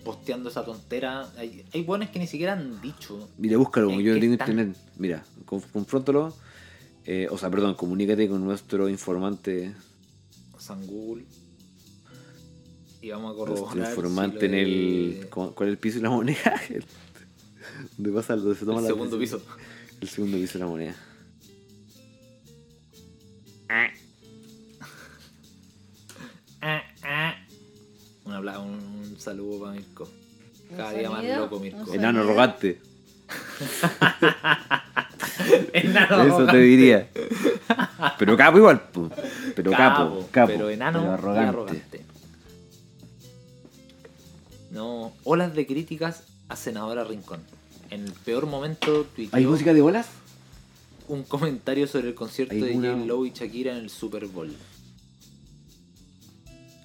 [SPEAKER 3] posteando esa tontera. Hay, hay hueones que ni siquiera han dicho.
[SPEAKER 2] Mira, búscalo,
[SPEAKER 3] Es
[SPEAKER 2] como yo no
[SPEAKER 3] que
[SPEAKER 2] tengo
[SPEAKER 3] están-
[SPEAKER 2] internet. Mira, con- confróntalo. eh, o sea, perdón, comunícate con nuestro informante.
[SPEAKER 3] Sangul. Y vamos a corroborar.
[SPEAKER 2] Nuestro informante
[SPEAKER 3] si lo
[SPEAKER 2] en el.
[SPEAKER 3] de-
[SPEAKER 2] ¿cu- ¿Cuál es el piso de la moneda? ¿Dónde pasa? ¿Dónde se toma
[SPEAKER 3] el
[SPEAKER 2] la
[SPEAKER 3] segundo
[SPEAKER 2] decisión?
[SPEAKER 3] piso.
[SPEAKER 2] El segundo piso de la moneda.
[SPEAKER 3] Ah, Un, habla- un, un saludo para Mirko.
[SPEAKER 1] ¿Un
[SPEAKER 3] Cada día más
[SPEAKER 1] sonido?
[SPEAKER 3] loco,
[SPEAKER 1] ¿Un
[SPEAKER 3] Mirko.
[SPEAKER 1] sonido?
[SPEAKER 2] Enano rogante.
[SPEAKER 3] Enano
[SPEAKER 2] Eso te
[SPEAKER 3] arrogante.
[SPEAKER 2] diría. Pero capo igual, po. Pero capo, capo.
[SPEAKER 3] Pero enano
[SPEAKER 2] Pero
[SPEAKER 3] y
[SPEAKER 2] arrogante.
[SPEAKER 3] arrogante. No, olas de críticas a senadora Rincón. En el peor momento tuiteó
[SPEAKER 2] ¿Hay música de olas?
[SPEAKER 3] un comentario sobre el concierto
[SPEAKER 2] Hay
[SPEAKER 3] de
[SPEAKER 2] una-
[SPEAKER 3] J. Lowe y Shakira en el Super Bowl.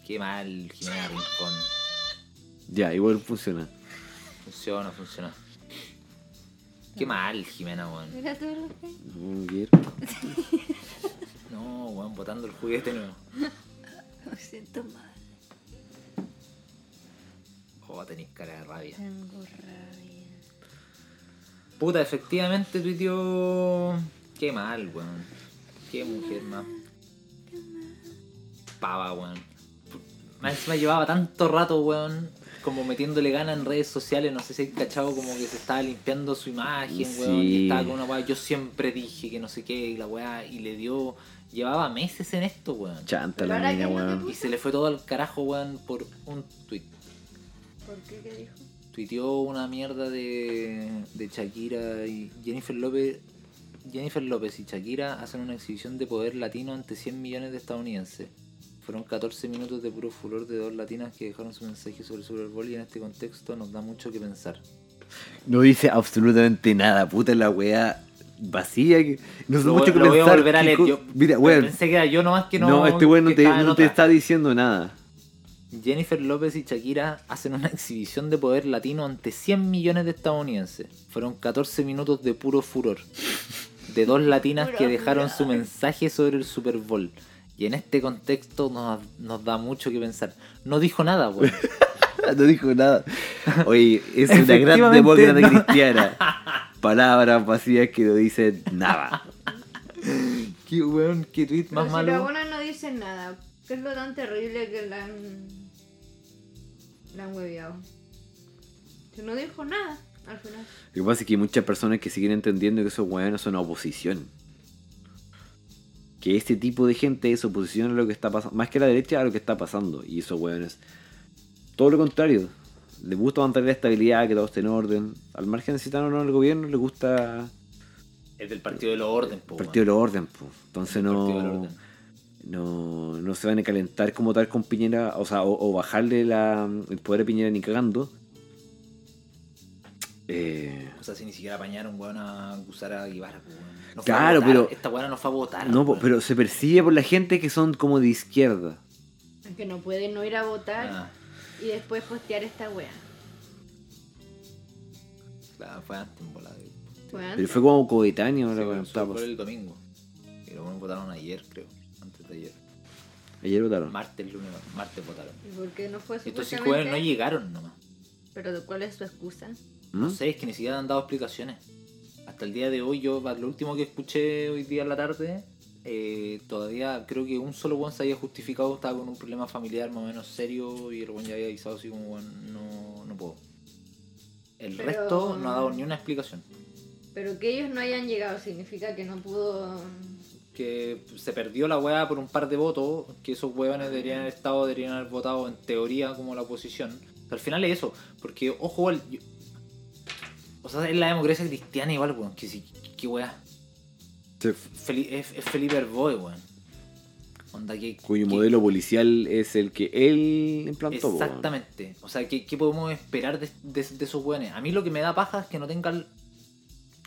[SPEAKER 3] Qué mal, Jimena Rincón.
[SPEAKER 2] Ya, igual funciona.
[SPEAKER 3] Funciona, funciona. Qué mal, Jimena, weón.
[SPEAKER 1] Mira todo lo que hay.
[SPEAKER 2] No quiero.
[SPEAKER 3] No, weón, botando el juguete nuevo.
[SPEAKER 1] Me siento mal.
[SPEAKER 3] Oh, tenéis cara de rabia.
[SPEAKER 1] Tengo rabia.
[SPEAKER 3] Puta, efectivamente tuiteó. Qué mal, weón. Qué mujer más. Pava, weón. Más encima llevaba tanto rato, weón, como metiéndole gana en redes sociales. No sé si hay cachado como que se estaba limpiando su imagen, weón.
[SPEAKER 2] Sí.
[SPEAKER 3] Y estaba con una weá. Yo siempre dije que no sé qué, y la weá. Y le dio. Llevaba meses en esto, weón.
[SPEAKER 2] Chanta
[SPEAKER 1] Pero
[SPEAKER 2] la
[SPEAKER 1] ahora
[SPEAKER 2] mina,
[SPEAKER 1] que es lo que
[SPEAKER 2] weón.
[SPEAKER 3] Y se le fue todo al carajo, weón, por un tweet.
[SPEAKER 1] ¿Por qué? ¿Qué dijo?
[SPEAKER 3] tuiteó una mierda de, de Shakira y Jennifer López. Jennifer López y Shakira hacen una exhibición de poder latino ante 100 millones de estadounidenses. Fueron 14 minutos de puro furor de dos latinas que dejaron su mensaje sobre el Super Bowl y en este contexto nos da mucho que pensar.
[SPEAKER 2] No dice absolutamente nada, puta la weá vacía. Que... No sé
[SPEAKER 3] Lo,
[SPEAKER 2] mucho que
[SPEAKER 3] lo voy a
[SPEAKER 2] pensar.
[SPEAKER 3] volver a
[SPEAKER 2] qué
[SPEAKER 3] leer.
[SPEAKER 2] co-
[SPEAKER 3] yo-
[SPEAKER 2] Mira,
[SPEAKER 3] pero
[SPEAKER 2] weón.
[SPEAKER 3] Pensé que era yo nomás que no.
[SPEAKER 2] No, este weón no,
[SPEAKER 3] que
[SPEAKER 2] te,
[SPEAKER 3] estaba en
[SPEAKER 2] no te
[SPEAKER 3] otra.
[SPEAKER 2] está diciendo nada.
[SPEAKER 3] Jennifer López y Shakira hacen una exhibición de poder latino ante 100 millones de estadounidenses. Fueron 14 minutos de puro furor. De dos latinas
[SPEAKER 1] Puro
[SPEAKER 3] que dejaron
[SPEAKER 1] furor.
[SPEAKER 3] su mensaje sobre el Super Bowl. Y en este contexto nos, nos da mucho que pensar. No dijo nada, güey.
[SPEAKER 2] No dijo nada. Oye, es una gran
[SPEAKER 3] Efectivamente,
[SPEAKER 2] demócrata
[SPEAKER 3] no.
[SPEAKER 2] cristiana. Palabras vacías que no dicen nada.
[SPEAKER 3] qué weón, qué tweet
[SPEAKER 1] Pero
[SPEAKER 3] más
[SPEAKER 1] si los
[SPEAKER 3] malo.
[SPEAKER 1] buenos no dicen nada, ¿qué es lo tan terrible que la han. la han hueviado? No dijo nada al final.
[SPEAKER 2] Lo que pasa es que hay muchas personas que siguen entendiendo que esos hueones son oposición. Que este tipo de gente es oposición a lo que está pasando, más que la derecha a lo que está pasando. Y esos hueones, todo lo contrario. Les gusta mantener la estabilidad, que todo esté en orden. Al margen de si están o no en el gobierno, les
[SPEAKER 3] Oh,
[SPEAKER 2] gusta
[SPEAKER 3] Es del partido de los orden, po,
[SPEAKER 2] el partido del orden. po. Entonces
[SPEAKER 3] Partido del
[SPEAKER 2] no,
[SPEAKER 3] orden.
[SPEAKER 2] no, no se van a calentar como tal con Piñera, o sea, o, o bajarle la- el poder a Piñera ni cagando. Eh,
[SPEAKER 3] O sea, si ni siquiera apañaron, weón, a Gusara Guevara, po, weón. No fue
[SPEAKER 2] Claro,
[SPEAKER 3] a votar,
[SPEAKER 2] pero-
[SPEAKER 3] Esta weá no fue a votar.
[SPEAKER 2] no, po,
[SPEAKER 3] weón.
[SPEAKER 2] pero se percibe por la gente que son como de izquierda.
[SPEAKER 1] Es Que no puede no ir a votar
[SPEAKER 3] Ah,
[SPEAKER 1] y después postear esta wea.
[SPEAKER 3] claro, fue antes, en volada.
[SPEAKER 1] Fue
[SPEAKER 2] Pero
[SPEAKER 1] antes.
[SPEAKER 2] fue como coetáneo
[SPEAKER 3] Sí,
[SPEAKER 2] la
[SPEAKER 3] weón,
[SPEAKER 2] weá,
[SPEAKER 3] fue
[SPEAKER 2] estaba-
[SPEAKER 3] por el domingo. Y los weones votaron ayer, creo. Antes de ayer.
[SPEAKER 2] Ayer votaron.
[SPEAKER 3] Martes, lunes, martes votaron.
[SPEAKER 1] ¿Y por qué no fue
[SPEAKER 3] Estos cinco weones pues no
[SPEAKER 1] supuestamente?
[SPEAKER 3] llegaron nomás.
[SPEAKER 1] Pero ¿cuál es su excusa?
[SPEAKER 2] ¿Mm?
[SPEAKER 3] No sé, es que ni siquiera han dado explicaciones. Hasta el día de hoy, yo lo último que escuché hoy día en la tarde, eh, todavía creo que un solo weón se había justificado, estaba con un problema familiar más o menos serio y el weón ya había avisado así como, weón, no, no puedo. El
[SPEAKER 1] Pero-
[SPEAKER 3] resto no ha dado ni una explicación.
[SPEAKER 1] Pero que ellos no hayan llegado significa que no pudo...
[SPEAKER 3] Pues Que se perdió la weá por un par de votos, que esos huevones deberían haber estado, deberían haber votado en teoría como la oposición. Pero al final es eso, porque ojo al... yo- O sea, es la democracia cristiana igual, weón, que si, que weá.
[SPEAKER 2] Sí,
[SPEAKER 3] Feli- es, es Felipe Herboy, weón. Onda que.
[SPEAKER 2] Cuyo
[SPEAKER 3] que-
[SPEAKER 2] modelo policial es el que él implantó. po, weón.
[SPEAKER 3] Exactamente. O sea, ¿qué, qué podemos esperar de, de- de esos weones? A mí lo que me da paja es que no tengan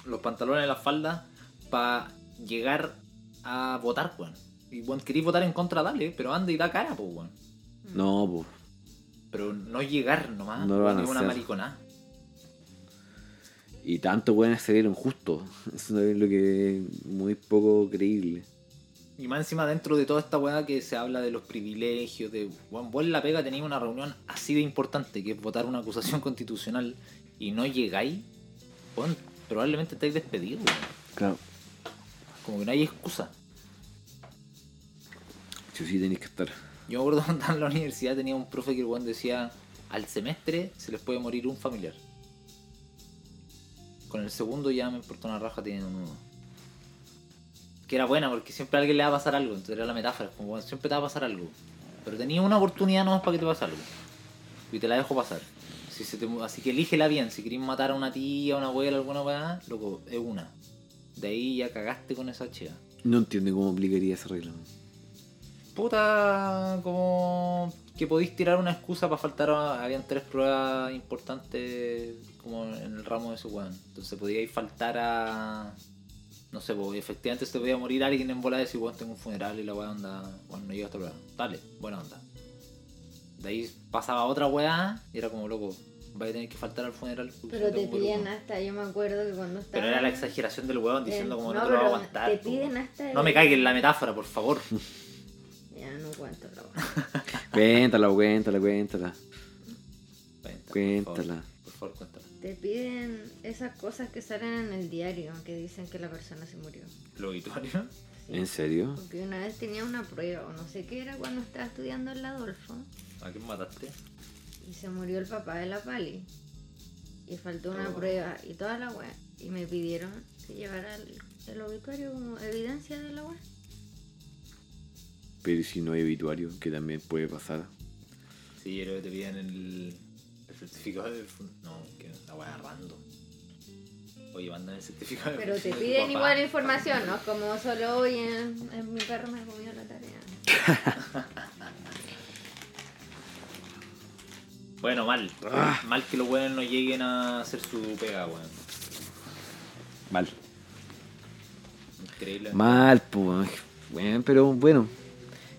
[SPEAKER 3] los pantalones en la falda para llegar a votar, weón. Y bueno, querís votar en contra, dale, pero anda y da cara, pues, weón.
[SPEAKER 2] No, po.
[SPEAKER 3] Pero no llegar nomás,
[SPEAKER 2] No lo van a
[SPEAKER 3] es una
[SPEAKER 2] hacer.
[SPEAKER 3] mariconada.
[SPEAKER 2] Y tanto buenas salieron justos. Eso es lo que muy poco creíble.
[SPEAKER 3] Y más encima dentro de toda esta weá que se habla de los privilegios, de Juan vos en la pega tenéis una reunión así de importante que es votar una acusación constitucional y no llegáis, weón, probablemente estáis despedidos, weón.
[SPEAKER 2] Claro.
[SPEAKER 3] como que no hay excusa.
[SPEAKER 2] Sí, sí, tenéis que estar.
[SPEAKER 3] Yo me acuerdo cuando estaba en la universidad tenía un profe que el weón decía al semestre se les puede morir un familiar. Con el segundo ya me importó una raja tienen un uno. Que era buena porque siempre a alguien le va a pasar algo, entonces era la metáfora, como bueno, siempre te va a pasar algo. Pero tenía una oportunidad nomás para que te pase algo. Y te la dejo pasar. Si se te mu- así que elígela bien, si querés matar a una tía, a una abuela, alguna weá, loco, es una. De ahí ya cagaste con esa chica.
[SPEAKER 2] No entiendo cómo aplicaría esa regla. weón.
[SPEAKER 3] Puta, como que podéis tirar una excusa para faltar a... Habían tres pruebas importantes como en el ramo de su weón. Entonces podíais faltar a... No sé, pues, efectivamente se te podía morir alguien en bola de si weón tengo un funeral y la weá onda... Bueno, no llega esta prueba. Dale, buena onda. De ahí pasaba otra weá y era como loco. Vais a tener que faltar al funeral. porque
[SPEAKER 1] Pero
[SPEAKER 3] yo
[SPEAKER 1] te
[SPEAKER 3] tengo un
[SPEAKER 1] piden
[SPEAKER 3] grupo".
[SPEAKER 1] hasta, yo me acuerdo que cuando estaba...
[SPEAKER 3] Pero era la exageración del weón diciendo
[SPEAKER 1] Eh,
[SPEAKER 3] como
[SPEAKER 1] no,
[SPEAKER 3] no, te lo va a
[SPEAKER 1] pero
[SPEAKER 3] aguantar.
[SPEAKER 1] te
[SPEAKER 3] po.
[SPEAKER 1] piden hasta
[SPEAKER 3] No
[SPEAKER 1] el-
[SPEAKER 3] me caigas la metáfora, por favor.
[SPEAKER 1] Ya no cuento la wea.
[SPEAKER 2] Cuéntala, cuéntala, cuéntala.
[SPEAKER 3] Cuéntala, por favor.
[SPEAKER 2] Cuéntala.
[SPEAKER 3] Por favor, cuéntala.
[SPEAKER 1] Te piden esas cosas que salen en el diario, que dicen que la persona se murió.
[SPEAKER 3] ¿Lo obituario?
[SPEAKER 1] Sí.
[SPEAKER 2] ¿En serio?
[SPEAKER 1] Porque una vez tenía una prueba, o no sé qué era, cuando estaba estudiando en la Adolfo,
[SPEAKER 3] ¿A quién mataste?
[SPEAKER 1] y se murió el papá de la Pali. Y faltó una
[SPEAKER 3] Oh.
[SPEAKER 1] prueba y toda la weá. Y me pidieron que llevara el, el obituario como evidencia de la weá.
[SPEAKER 2] Pero si no hay obituario, que también puede pasar.
[SPEAKER 3] Sí, yo creo que te piden el, el certificado del fun- No, que la weá random. Oye, mandan el certificado del
[SPEAKER 1] Pero te
[SPEAKER 3] funeral de tu
[SPEAKER 1] piden
[SPEAKER 3] papá.
[SPEAKER 1] igual información, ¿no? Como solo hoy en, en mi perro me comió la tarea.
[SPEAKER 3] Bueno, mal. Mal que los weones no lleguen a hacer su pega, weón.
[SPEAKER 2] Mal.
[SPEAKER 3] Increíble.
[SPEAKER 2] Mal, pues. Bueno, pero bueno,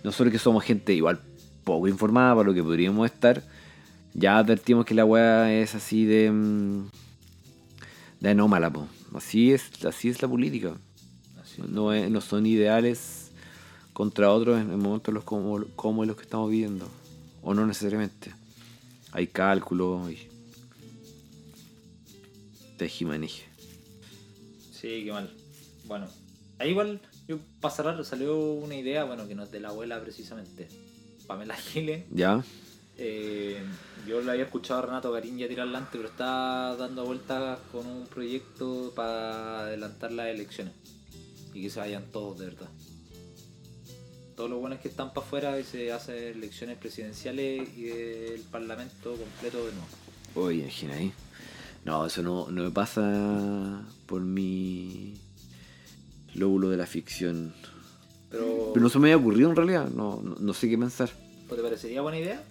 [SPEAKER 2] nosotros que somos gente igual poco informada para lo que podríamos estar, ya advertimos que la weá es así de. mm, de anómala, po. Así es, así es la política.
[SPEAKER 3] Así.
[SPEAKER 2] No, es- no son ideales contra otros en, en momentos los como, como los que estamos viviendo. O no necesariamente. Hay cálculo y. tejimaneje.
[SPEAKER 3] Sí, qué mal. Bueno, ahí igual yo para cerrar salió una idea, bueno, que no es de la abuela precisamente. Pamela Giles
[SPEAKER 2] ¿Ya?
[SPEAKER 3] Eh, yo lo había escuchado a Renato Garinja tirarla antes, pero está dando vueltas con un proyecto para adelantar las elecciones. Y que se vayan todos, de verdad. Todos los buenos que están para afuera y se hacen elecciones presidenciales y del parlamento completo de nuevo.
[SPEAKER 2] Oye, imagina ahí. No, eso no, no me pasa por mi lóbulo de la ficción.
[SPEAKER 3] Pero,
[SPEAKER 2] Pero no se me había ocurrido en realidad, no, no, no sé qué pensar.
[SPEAKER 3] ¿o ¿te parecería buena idea?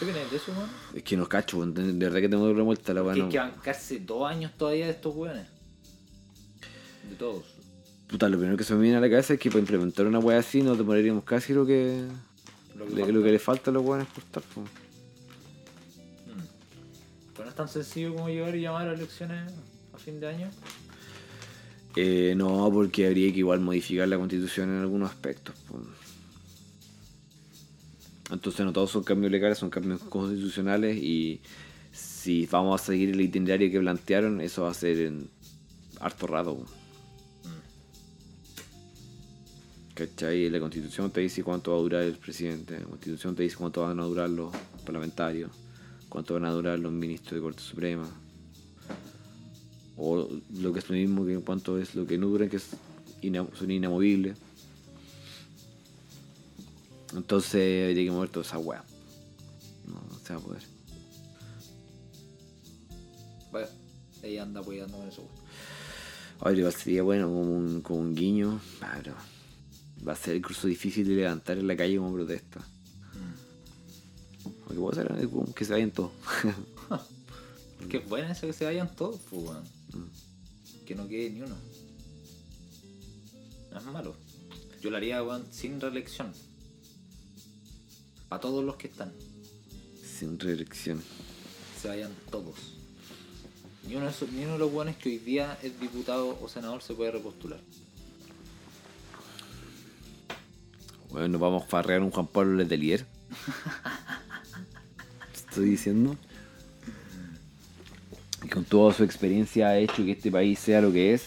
[SPEAKER 3] ¿Qué opinas de eso, man?
[SPEAKER 2] Es que no cacho, weón, de de verdad que tengo que vuelta la
[SPEAKER 3] Que
[SPEAKER 2] bueno.
[SPEAKER 3] hay que bancarse dos años todavía de estos hueones. De todos.
[SPEAKER 2] Puta, lo primero que se me viene a la cabeza es que para implementar una weá así nos demoraríamos casi lo que.
[SPEAKER 3] Lo
[SPEAKER 2] Lo
[SPEAKER 3] que
[SPEAKER 2] que,
[SPEAKER 3] falta.
[SPEAKER 2] lo que le falta a los weones por estar, po.
[SPEAKER 3] Pero no es tan sencillo como llegar y llamar a elecciones a fin de año.
[SPEAKER 2] Eh, no, porque habría que igual modificar la constitución en algunos aspectos. po. Entonces no todos son cambios legales, son cambios constitucionales y si vamos a seguir el itinerario que plantearon, eso va a ser en harto rato. po. ¿Cachai? La constitución te dice cuánto va a durar el presidente, la constitución te dice cuánto van a durar los parlamentarios, cuánto van a durar los ministros de Corte Suprema o lo que es lo mismo que en cuanto es lo que nubren, que es ina- son inamovibles. Entonces habría que mover toda esa weá. No, no se va a poder.
[SPEAKER 3] Bueno, ahí anda apoyando con eso. güey.
[SPEAKER 2] Ahora igual sería bueno como un, como un guiño, ah, pero va a ser incluso difícil de levantar en la calle como protesta. Aunque puede ser eh, como que se vayan todos.
[SPEAKER 3] Es que es buena esa que se vayan todos, pues, weón. Que no quede ni uno. No es malo. Yo la haría, weón, sin reelección. Para todos los que están.
[SPEAKER 2] Sin reelección.
[SPEAKER 3] Se vayan todos. Ni uno, de esos- ni uno de los weones que hoy día es diputado o senador se puede repostular.
[SPEAKER 2] Bueno, nos vamos a farrear un Juan Pablo Letelier. Estoy diciendo. Y con toda su experiencia ha hecho que este país sea lo que es.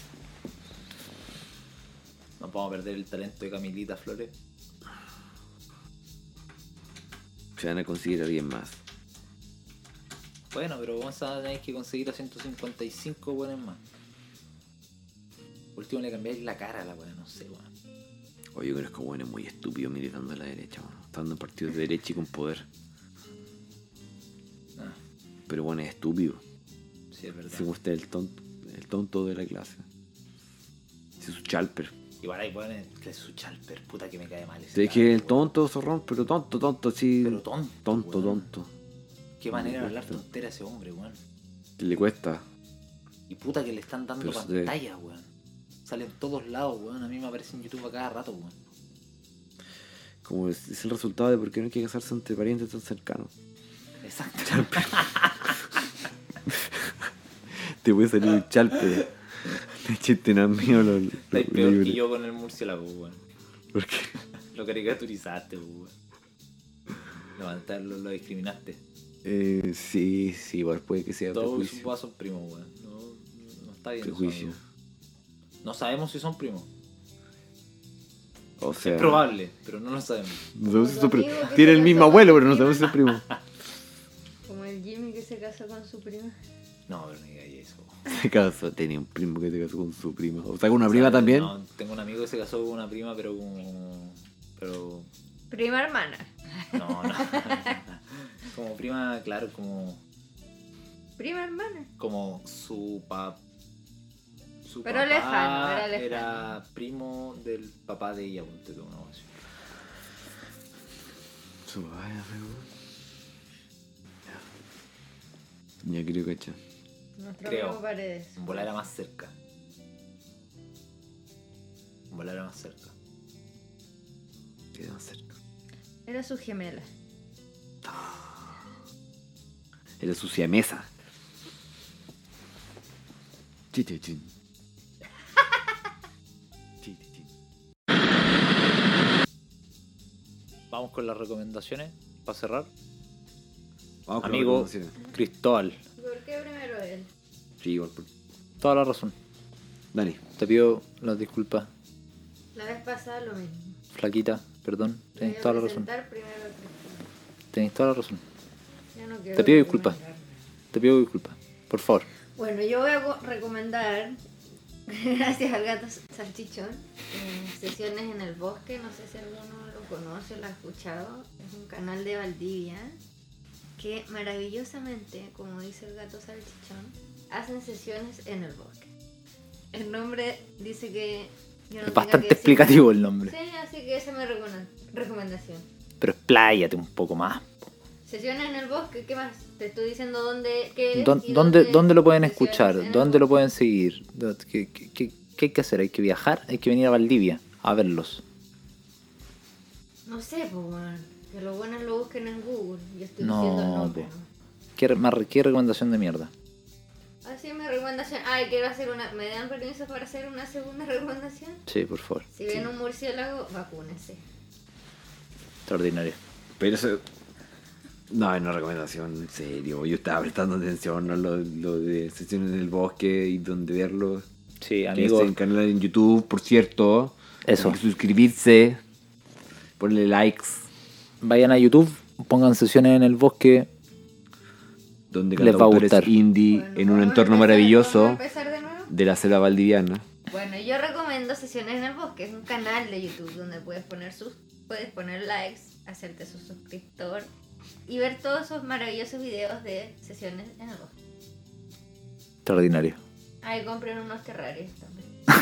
[SPEAKER 3] Nos vamos a perder el talento de Camilita Flores.
[SPEAKER 2] Se van a conseguir a alguien más.
[SPEAKER 3] Bueno, pero vamos a tener que conseguir a 155 buenas más. Por último le cambiáis la cara a la weá, no sé, weón.
[SPEAKER 2] O yo creo que bueno, es muy estúpido militando a la derecha, bueno. Estando en partidos de derecha y con poder.
[SPEAKER 3] Ah,
[SPEAKER 2] Pero bueno, es estúpido.
[SPEAKER 3] sí, es verdad.
[SPEAKER 2] Según usted, el tonto, el tonto de la clase. Ese Es un chalper.
[SPEAKER 3] Igual hay weones que es su chalper, puta que me cae mal. ese
[SPEAKER 2] Es que el
[SPEAKER 3] weón.
[SPEAKER 2] tonto zorrón, pero tonto, tonto, sí.
[SPEAKER 3] Pero tonto,
[SPEAKER 2] Tonto,
[SPEAKER 3] weón.
[SPEAKER 2] tonto.
[SPEAKER 3] Qué manera de hablar tontera ese hombre, weón.
[SPEAKER 2] Le cuesta.
[SPEAKER 3] Y puta que le están dando
[SPEAKER 2] Pero se-
[SPEAKER 3] pantallas, weón. Salen todos lados, weón. A mí me aparece en YouTube a cada rato, weón.
[SPEAKER 2] Como es, es el resultado de por qué no hay que casarse entre parientes tan cercanos.
[SPEAKER 3] Exacto.
[SPEAKER 2] Te puede salir un chalpe. Te chiste no es mío lo, lo-
[SPEAKER 3] Estáis
[SPEAKER 2] lo
[SPEAKER 3] peor
[SPEAKER 2] libre.
[SPEAKER 3] que yo con el murciélago, weón.
[SPEAKER 2] ¿Por qué?
[SPEAKER 3] Lo caricaturizaste, weón. Levantarlo, lo discriminaste.
[SPEAKER 2] Eh, sí, sí, igual puede que sea
[SPEAKER 3] Todos
[SPEAKER 2] prejuicio.
[SPEAKER 3] sus papás son primos, weón. No, no está bien. eso,
[SPEAKER 2] Prejuicio.
[SPEAKER 3] amigo. No sabemos si son primos.
[SPEAKER 2] O sea,
[SPEAKER 3] Es probable, pero no lo sabemos.
[SPEAKER 2] no sabemos si es su primo.
[SPEAKER 1] Amigo que
[SPEAKER 2] Tiene
[SPEAKER 1] se
[SPEAKER 2] el mismo
[SPEAKER 1] casó
[SPEAKER 2] abuelo,
[SPEAKER 1] con
[SPEAKER 2] pero no
[SPEAKER 1] mi
[SPEAKER 2] sabemos si es primo.
[SPEAKER 1] Como el Jimmy que se casó con su prima.
[SPEAKER 3] No, pero no digáis eso.
[SPEAKER 2] Se casó, tenía un primo que se casó con su prima. O sea, con una prima también.
[SPEAKER 3] No, tengo un amigo que se casó con una prima, pero como. Pero.
[SPEAKER 1] Prima hermana.
[SPEAKER 3] No, no. como prima, claro, como.
[SPEAKER 1] Prima hermana.
[SPEAKER 3] Como su papá. Su
[SPEAKER 1] Pero
[SPEAKER 3] papá
[SPEAKER 1] lejano, era lejano.
[SPEAKER 3] era primo del papá de ella, ponte tú, una cosa así.
[SPEAKER 2] Su papá era re bueno. Ya creo que hecho.
[SPEAKER 1] Nuestro
[SPEAKER 3] Creo.
[SPEAKER 1] amigo Paredes.
[SPEAKER 3] En volar era más cerca. En volar era más cerca.
[SPEAKER 2] Quedan cerca.
[SPEAKER 1] Era su gemela.
[SPEAKER 2] Era sucia mesa. Chichichín. Chichichín.
[SPEAKER 3] Vamos con las recomendaciones para cerrar.
[SPEAKER 2] Vamos con
[SPEAKER 3] Amigo
[SPEAKER 2] las recomendaciones.
[SPEAKER 3] Cristóbal,
[SPEAKER 1] ¿Por qué primero él?
[SPEAKER 2] Sí, igual. por-
[SPEAKER 3] toda la razón.
[SPEAKER 2] Dani.
[SPEAKER 3] Te pido las disculpas,
[SPEAKER 1] La vez pasada lo mismo.
[SPEAKER 3] flaquita, perdón.
[SPEAKER 1] Voy
[SPEAKER 3] Tienes
[SPEAKER 1] a
[SPEAKER 3] toda la razón.
[SPEAKER 1] presentar primero a Cristina.
[SPEAKER 3] Tenéis toda la razón.
[SPEAKER 1] Yo no quiero
[SPEAKER 3] Te pido
[SPEAKER 1] recomendar.
[SPEAKER 3] disculpas. Te pido disculpas. Por favor.
[SPEAKER 1] Bueno, yo voy a co- recomendar, gracias al gato salchichón, eh, Sesiones en el Bosque. No sé si alguno lo conoce o lo ha escuchado. Es un canal de Valdivia que maravillosamente, como dice el gato salchichón, hacen sesiones en el bosque. El nombre dice que... yo no tenga
[SPEAKER 3] Es
[SPEAKER 1] que
[SPEAKER 3] bastante
[SPEAKER 1] decir
[SPEAKER 3] explicativo
[SPEAKER 1] nada.
[SPEAKER 3] el nombre.
[SPEAKER 1] Sí, así que esa es mi recona- recomendación.
[SPEAKER 3] Pero expláyate un poco más.
[SPEAKER 1] Sesiones en el bosque, ¿qué más? Te estoy diciendo dónde... Qué es
[SPEAKER 3] ¿Dó-
[SPEAKER 1] y
[SPEAKER 3] ¿Dónde, ¿Dónde lo pueden
[SPEAKER 1] sesiones en
[SPEAKER 3] escuchar?
[SPEAKER 1] el
[SPEAKER 3] ¿Dónde lo
[SPEAKER 1] bosque.
[SPEAKER 3] pueden seguir? ¿Dó- ¿Qué, qué, qué- qué hay que hacer? ¿Hay que viajar? ¿Hay que venir a Valdivia a verlos?
[SPEAKER 1] No sé, pues, weón. Que los buenos lo busquen en Google. Yo estoy
[SPEAKER 3] No,
[SPEAKER 1] diciendo pues, el nombre.
[SPEAKER 3] po. ¿Qué, re- más re- qué recomendación de mierda?
[SPEAKER 1] Así mi recomendación. Ay, quiero hacer una. ¿Me dan permiso para hacer una segunda recomendación?
[SPEAKER 3] Sí, por favor.
[SPEAKER 1] Si ven un murciélago, vacúnense.
[SPEAKER 3] Extraordinario.
[SPEAKER 2] Pero eso. No, es una recomendación, en serio. Yo estaba prestando atención a lo, lo de sesiones en el bosque y donde verlo.
[SPEAKER 3] Sí,
[SPEAKER 2] Que
[SPEAKER 3] amigo.
[SPEAKER 2] es el canal en YouTube, por cierto.
[SPEAKER 3] Eso.
[SPEAKER 2] Hay que suscribirse. Ponle likes.
[SPEAKER 3] Vayan a YouTube, pongan sesiones en el bosque.
[SPEAKER 2] Donde
[SPEAKER 3] Les va a
[SPEAKER 2] cantautores
[SPEAKER 3] gustar.
[SPEAKER 2] indie
[SPEAKER 1] Bueno,
[SPEAKER 2] en un
[SPEAKER 1] vamos a
[SPEAKER 2] entorno
[SPEAKER 1] empezar,
[SPEAKER 2] maravilloso
[SPEAKER 1] vamos a empezar de nuevo?
[SPEAKER 2] de la selva valdiviana.
[SPEAKER 1] Bueno, yo recomiendo Sesiones en el Bosque. Es un canal de YouTube donde puedes poner sus. Puedes poner likes, hacerte su suscriptor y ver todos esos maravillosos videos de sesiones en el bosque.
[SPEAKER 3] Extraordinario.
[SPEAKER 1] Ahí compren unos terrarios también.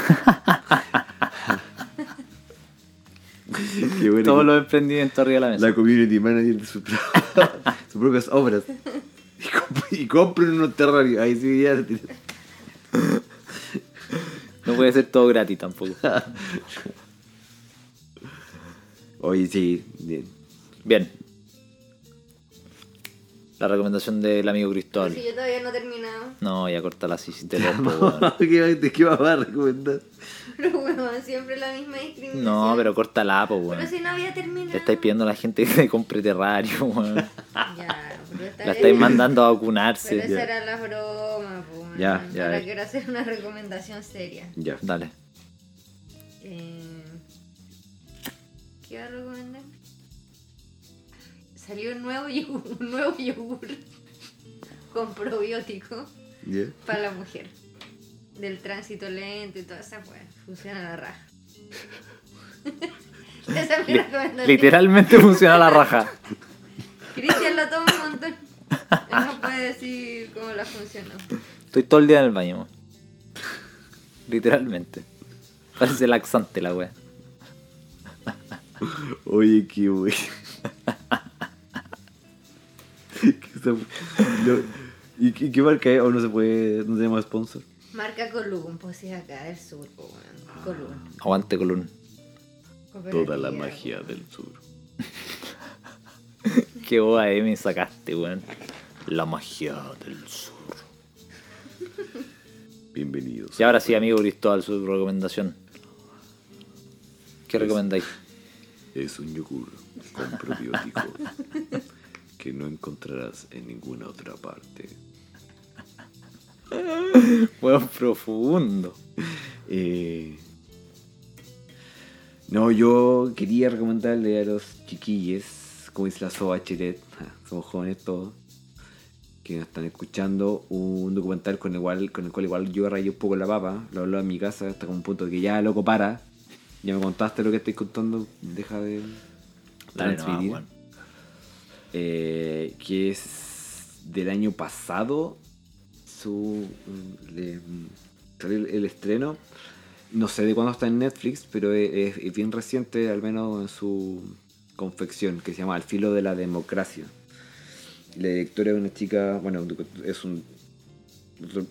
[SPEAKER 2] Qué bueno.
[SPEAKER 3] Todos los emprendimientos arriba de la mesa.
[SPEAKER 2] La community manager de su pro- sus propias obras. Y, comp- y compren unos terrarios. Ahí sí ya.
[SPEAKER 3] No puede ser todo gratis tampoco.
[SPEAKER 2] Oye, sí. bien.
[SPEAKER 3] Bien. La recomendación del amigo Cristóbal.
[SPEAKER 1] Si yo todavía no he terminado.
[SPEAKER 3] No, ya cortala así si te lo puedo.
[SPEAKER 2] ¿Qué, de qué más vas a recomendar?
[SPEAKER 1] Pero weón, siempre la misma discriminación.
[SPEAKER 3] No, pero cortala, pues,
[SPEAKER 1] Pero
[SPEAKER 3] weón.
[SPEAKER 1] si no había terminado.
[SPEAKER 3] Le estáis pidiendo a la gente que le compre terrario, weón.
[SPEAKER 1] Ya, pero esta
[SPEAKER 3] La
[SPEAKER 1] vez-
[SPEAKER 3] estáis mandando a
[SPEAKER 1] Pero
[SPEAKER 3] vacunarse.
[SPEAKER 1] esa era la broma, pues.
[SPEAKER 2] Ya, ya,
[SPEAKER 1] Ahora
[SPEAKER 3] eh.
[SPEAKER 2] ya.
[SPEAKER 1] quiero hacer una recomendación seria.
[SPEAKER 2] Ya.
[SPEAKER 3] Dale.
[SPEAKER 1] Eh, ¿Qué iba a recomendar? Salió un nuevo yogur, un nuevo yogur con probiótico
[SPEAKER 2] ya.
[SPEAKER 1] para la mujer. Del tránsito lento y toda esa weá. Funciona la raja. esa es mi recomendación.
[SPEAKER 3] Literalmente funciona la raja.
[SPEAKER 1] Cristian lo toma un montón. Él no puede decir cómo la funcionó.
[SPEAKER 3] Estoy todo el día en el baño, weón. Literalmente. Parece laxante la weá.
[SPEAKER 2] Oye, qué bueno. Que se- lo- ¿Y qué, qué marca es? ¿O no se puede? No tenemos sponsor.
[SPEAKER 1] Marca Column, pues es acá del sur, pues, po, weón. Column.
[SPEAKER 3] Aguante, Colón.
[SPEAKER 1] cooperativa.
[SPEAKER 2] Toda la magia del sur.
[SPEAKER 3] Qué boba eh, me sacaste, weón. La magia del sur.
[SPEAKER 2] Bienvenidos.
[SPEAKER 3] Y ahora sí, amigo Cristóbal, su recomendación.
[SPEAKER 2] Pues,
[SPEAKER 3] ¿Qué recomendáis?
[SPEAKER 2] Es un yogur con probiótico que no encontrarás en ninguna otra parte.
[SPEAKER 3] Weón profundo.
[SPEAKER 2] Eh, no, yo quería recomendarle a los chiquilles, como dice la SOA Chilet, somos jóvenes todos, que nos están escuchando un documental con el cual, con el cual igual yo rayé un poco la papa, lo hablo en mi casa hasta como un punto de que ya, loco, para. Ya me contaste lo que estoy contando, deja de
[SPEAKER 3] Dale nomás,
[SPEAKER 2] transmitir.
[SPEAKER 3] weón.
[SPEAKER 2] Eh, que es del año pasado su le- salió el, el estreno no sé de cuándo está en Netflix pero es, es bien reciente al menos en su confección que se llama Al filo de la democracia la directora es una chica bueno es un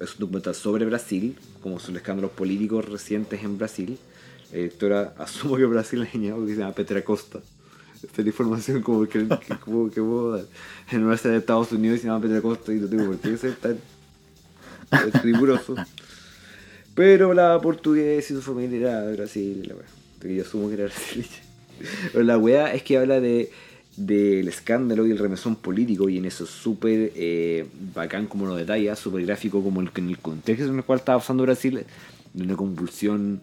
[SPEAKER 2] es un documental sobre Brasil como son los escándalos políticos recientes en Brasil la directora asumo que es brasileña porque se llama Petra Costa esta es la información como que, que, como que puedo dar. En la Universidad de Estados Unidos se llama Petra Costa y no tengo por qué ser tan tan riguroso. Pero la portuguesa y su familia era de Brasil, la wea. Así que Yo asumo que era brasileña. Pero la wea es que habla de del escándalo y el remesón político y en eso es súper eh, bacán como lo detalla, súper gráfico como el, en el contexto en el cual estaba pasando Brasil, de una convulsión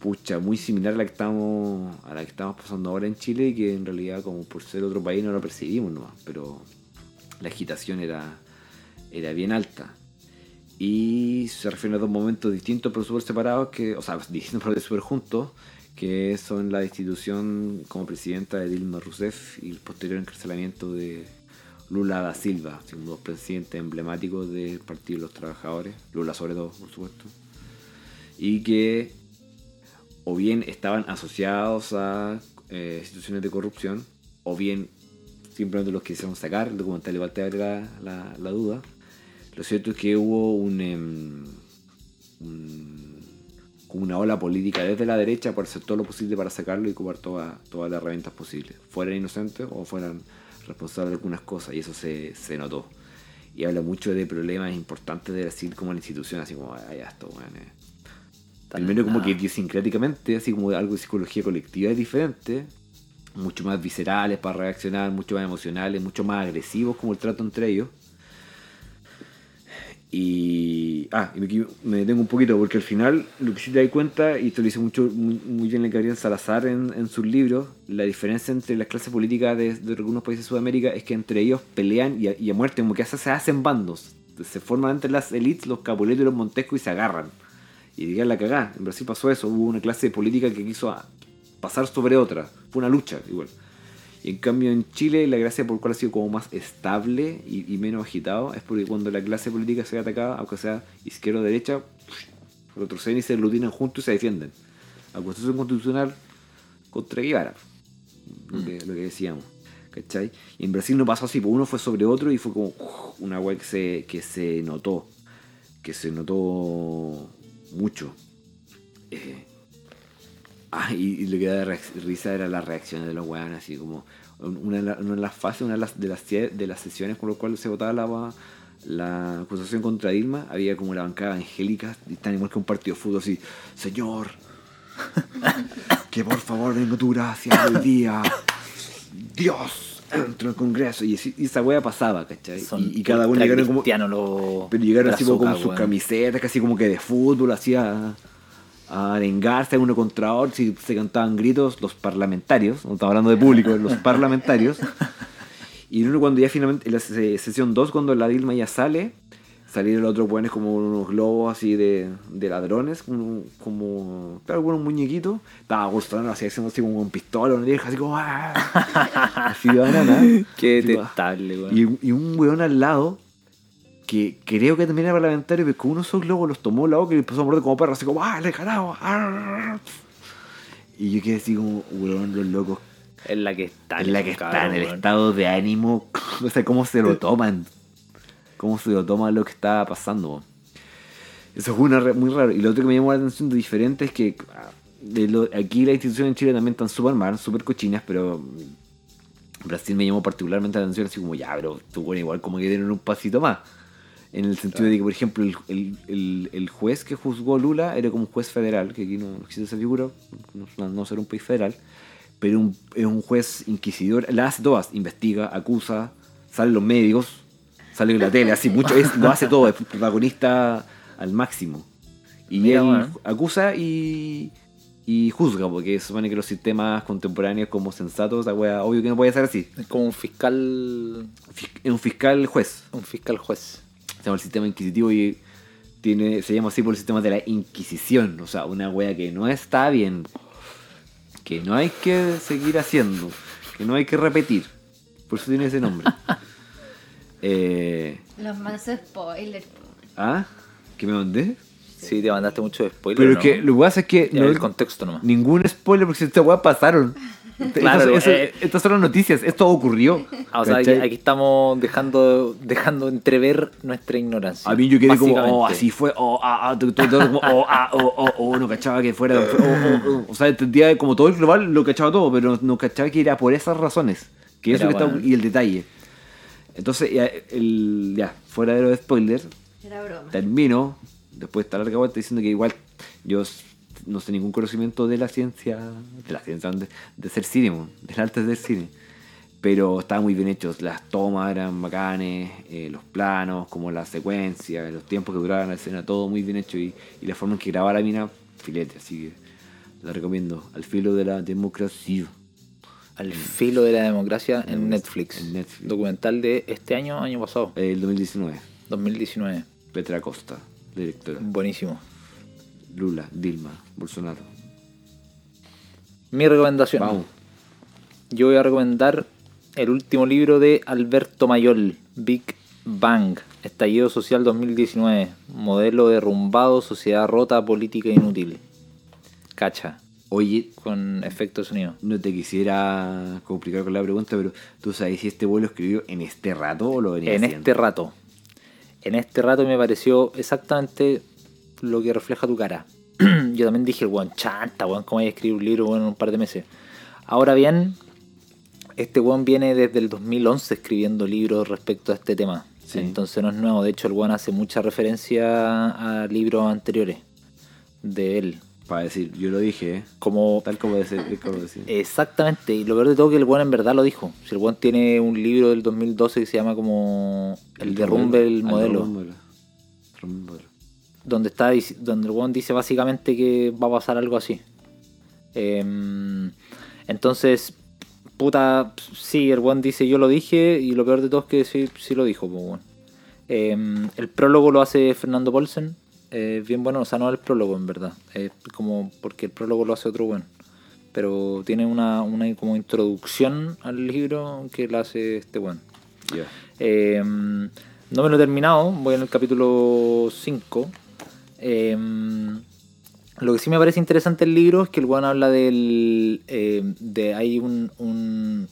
[SPEAKER 2] pucha, muy similar a la que estamos, a la que estamos pasando ahora en Chile y que en realidad como por ser otro país no la percibimos nomás, pero la agitación era, era bien alta. Y se refieren a dos momentos distintos pero súper separados, que, o sea, distintos pero súper juntos, que son la destitución como presidenta de Dilma Rousseff y el posterior encarcelamiento de Lula da Silva, siendo dos presidentes emblemáticos del Partido de los Trabajadores, Lula sobre todo, por supuesto, y que o bien estaban asociados a eh, instituciones de corrupción, o bien simplemente los quisieron sacar, el documental igual te abre la, la- la duda. Lo cierto es que hubo un, em, un- como una ola política desde la derecha para hacer todo lo posible para sacarlo y cobrar toda- todas las herramientas posibles, fueran inocentes o fueran responsables de algunas cosas, y eso se, se notó. Y habla mucho de problemas importantes de Brasil como la institución, así como, ay, ya esto, eh". bueno, Primero como que idiosincráticamente, así como algo de psicología colectiva es diferente, mucho más viscerales para reaccionar, mucho más emocionales, mucho más agresivos como el trato entre ellos. Y. Ah, y me, equivo- me detengo un poquito, porque al final, lo que sí te das cuenta, y esto lo hizo mucho, muy, muy bien el Gabriel Salazar en, en sus libros, la diferencia entre las clases políticas de, de algunos países de Sudamérica es que entre ellos pelean y a, y a muerte, como que hace- se hacen bandos. Se forman entre las élites, los Capuleto y los Montesco, y se agarran. Y digan la cagá. En Brasil pasó eso, hubo una clase política que quiso a- pasar sobre otra. Fue una lucha, igual. Y en cambio en Chile la gracia por la cual ha sido como más estable y, y menos agitado es porque cuando la clase política se ve atacada, aunque sea izquierda o derecha, retroceden y se aglutinan juntos y se defienden. La constitución constitucional contra Guevara, lo que, lo que decíamos. ¿Cachai? Y en Brasil no pasó así, pues uno fue sobre otro y fue como uf, una weá que se, que se notó, que se notó mucho. Eh, Ah, y, y lo que da reac- risa era las reacciones de los weones, así como un- una, de la- una de las fases, una de las, de las, sie- de las sesiones con las cuales se votaba la, va- la acusación contra Dilma, había como la bancada angélica, y tan igual que un partido de fútbol, así, señor, que por favor venga tu gracia hoy día, Dios, entra al Congreso, y, así- y esa wea pasaba, ¿cachai? Y, y cada uno llegaron como...
[SPEAKER 3] Cristiano los.
[SPEAKER 2] Pero llegaron así como con
[SPEAKER 3] brazucas,
[SPEAKER 2] sus
[SPEAKER 3] weón.
[SPEAKER 2] camisetas, casi como que de fútbol, así a, a arengarse uno contra otro. Si se cantaban gritos, los parlamentarios, no estaba hablando de público, los parlamentarios. Y uno cuando ya finalmente, en la se- sesión 2, cuando la Dilma ya sale, salieron los otros buenos como unos globos así de, de ladrones, como, como claro, como unos muñequitos. Estaba Bolsonaro así haciendo así como con pistola, una vieja así como... ¡ah! así de banana.
[SPEAKER 3] Qué
[SPEAKER 2] Así como,
[SPEAKER 3] detestable, weón.
[SPEAKER 2] y, y un weón al lado, que creo que también era parlamentario, pero con uno de esos globos los tomó la boca y le empezó a morder como perro, así como, ¡ah, le he ganado! arr". Y yo quedé así como, weón, los locos.
[SPEAKER 3] Es la que está.
[SPEAKER 2] en la que está, en
[SPEAKER 3] cabrón,
[SPEAKER 2] el
[SPEAKER 3] weón.
[SPEAKER 2] estado de ánimo, o sea, cómo se lo toman. Cómo se lo toman lo que está pasando. weón. Eso fue una re- muy raro. Y lo otro que me llamó la atención de diferente es que ah, de lo- aquí las instituciones en Chile también están súper mal, súper cochinas, pero mm, Brasil me llamó particularmente la atención, así como, ya, pero tú, bueno, igual como que dieron un pasito más. En el sentido de que, por ejemplo, el, el- el- el juez que juzgó a Lula era como un juez federal, que aquí no existe esa figura, no, no- no ser un país federal, pero un- es un juez inquisidor, la hace todas, investiga, acusa, salen los medios, sale en la tele, así mucho, es, lo hace todo, es protagonista al máximo. Y
[SPEAKER 3] Mira,
[SPEAKER 2] él
[SPEAKER 3] bueno.
[SPEAKER 2] acusa y, y juzga, porque se supone que los sistemas contemporáneos como sensatos, la wea, obvio que no puede ser así.
[SPEAKER 3] Es como un fiscal.
[SPEAKER 2] Fis- Es un fiscal juez
[SPEAKER 3] Un fiscal juez.
[SPEAKER 2] se llama el sistema inquisitivo y tiene, se llama así por el sistema de la Inquisición, o sea, una wea que no está bien, que no hay que seguir haciendo, que no hay que repetir, por eso tiene ese nombre. Eh,
[SPEAKER 1] Los mansos spoilers. pues.
[SPEAKER 2] ¿Ah? ¿Qué me mandé?
[SPEAKER 3] Sí, te mandaste mucho de spoiler.
[SPEAKER 2] Pero
[SPEAKER 3] ¿no?
[SPEAKER 2] que lo que pasa es que
[SPEAKER 3] Ya,
[SPEAKER 2] no-
[SPEAKER 3] el contexto nomás.
[SPEAKER 2] ningún spoiler porque si esta wea pasaron.
[SPEAKER 3] Claro,
[SPEAKER 2] Estas- esas-
[SPEAKER 3] eh.
[SPEAKER 2] estas son las noticias, esto ocurrió.
[SPEAKER 3] Ah, o sea, aquí,
[SPEAKER 2] ¿cachai?
[SPEAKER 3] aquí estamos dejando, dejando entrever nuestra ignorancia.
[SPEAKER 2] A mí yo quedé como,
[SPEAKER 3] básicamente.
[SPEAKER 2] oh, así fue, oh, ah, ah, tu- tu- todo como, oh, ah, oh, oh, oh, no cachaba que fuera, fue, oh, oh, oh. o sea, entendía como todo el global, lo cachaba todo, pero no, no cachaba que era por esas razones, que eso
[SPEAKER 3] Era
[SPEAKER 2] que está-
[SPEAKER 3] bueno.
[SPEAKER 2] y el detalle. Entonces, ya, el, ya, fuera de los spoilers,
[SPEAKER 1] Era broma.
[SPEAKER 2] termino, después de esta larga vuelta, diciendo que igual yo s- no sé ningún conocimiento de la ciencia, de la ciencia, de, de ser cine, mon, del arte del cine. Pero estaba muy bien hecho, las tomas eran bacanes, eh, los planos, como la secuencia, los tiempos que duraban la escena, todo muy bien hecho y, y la forma en que grababa la mina, filete, así que La recomiendo. Al filo de la democracia.
[SPEAKER 3] Al filo de la democracia en Netflix.
[SPEAKER 2] en Netflix.
[SPEAKER 3] Documental de este año, año pasado,
[SPEAKER 2] El 2019.
[SPEAKER 3] 2019.
[SPEAKER 2] Petra Costa, directora.
[SPEAKER 3] Buenísimo.
[SPEAKER 2] Lula, Dilma, Bolsonaro.
[SPEAKER 3] Mi recomendación.
[SPEAKER 2] Vamos.
[SPEAKER 3] Yo voy a recomendar el último libro de Alberto Mayol, Big Bang, Estallido Social 2019, Modelo derrumbado, sociedad rota, política inútil. Cacha,
[SPEAKER 2] Oye,
[SPEAKER 3] con efecto de sonido.
[SPEAKER 2] no te quisiera complicar con la pregunta, pero ¿tú sabes si este vuelo escribió en este rato o lo venía
[SPEAKER 3] En
[SPEAKER 2] haciendo?
[SPEAKER 3] este rato. En este rato me pareció exactamente lo que refleja tu cara. Yo también dije, weón, chanta, weón, cómo hay que escribir un libro, weón, en un par de meses. Ahora bien, este weón viene desde el 2011 escribiendo libros respecto a este tema.
[SPEAKER 2] Sí.
[SPEAKER 3] Entonces no es nuevo. De hecho, el weón hace mucha referencia a libros anteriores de él.
[SPEAKER 2] Para decir, yo lo dije, ¿eh?
[SPEAKER 3] Como
[SPEAKER 2] Tal como decir, tal como decir.
[SPEAKER 3] Exactamente, y lo peor de todo que el buen en verdad lo dijo. Si el buen tiene un libro del 2012 que se llama como El derrumbe del
[SPEAKER 2] Al
[SPEAKER 3] modelo,
[SPEAKER 2] Ah, derrumbe. Derrumbe del modelo.
[SPEAKER 3] donde está dic- donde el buen dice básicamente que va a pasar algo así. Em, entonces, puta, sí, el buen dice yo lo dije y lo peor de todo es que sí, sí lo dijo. pues, weón. Em, el prólogo lo hace Fernando Bolsen, eh, bien bueno, o sea, no el prólogo en verdad, es como porque el prólogo lo hace otro buen pero tiene una, una como introducción al libro que la hace este buen.
[SPEAKER 2] Ya.
[SPEAKER 3] Eh, no me lo he terminado, voy en el capítulo 5. lo que sí me parece interesante el libro es que el weón habla del. eh, de hay un, un.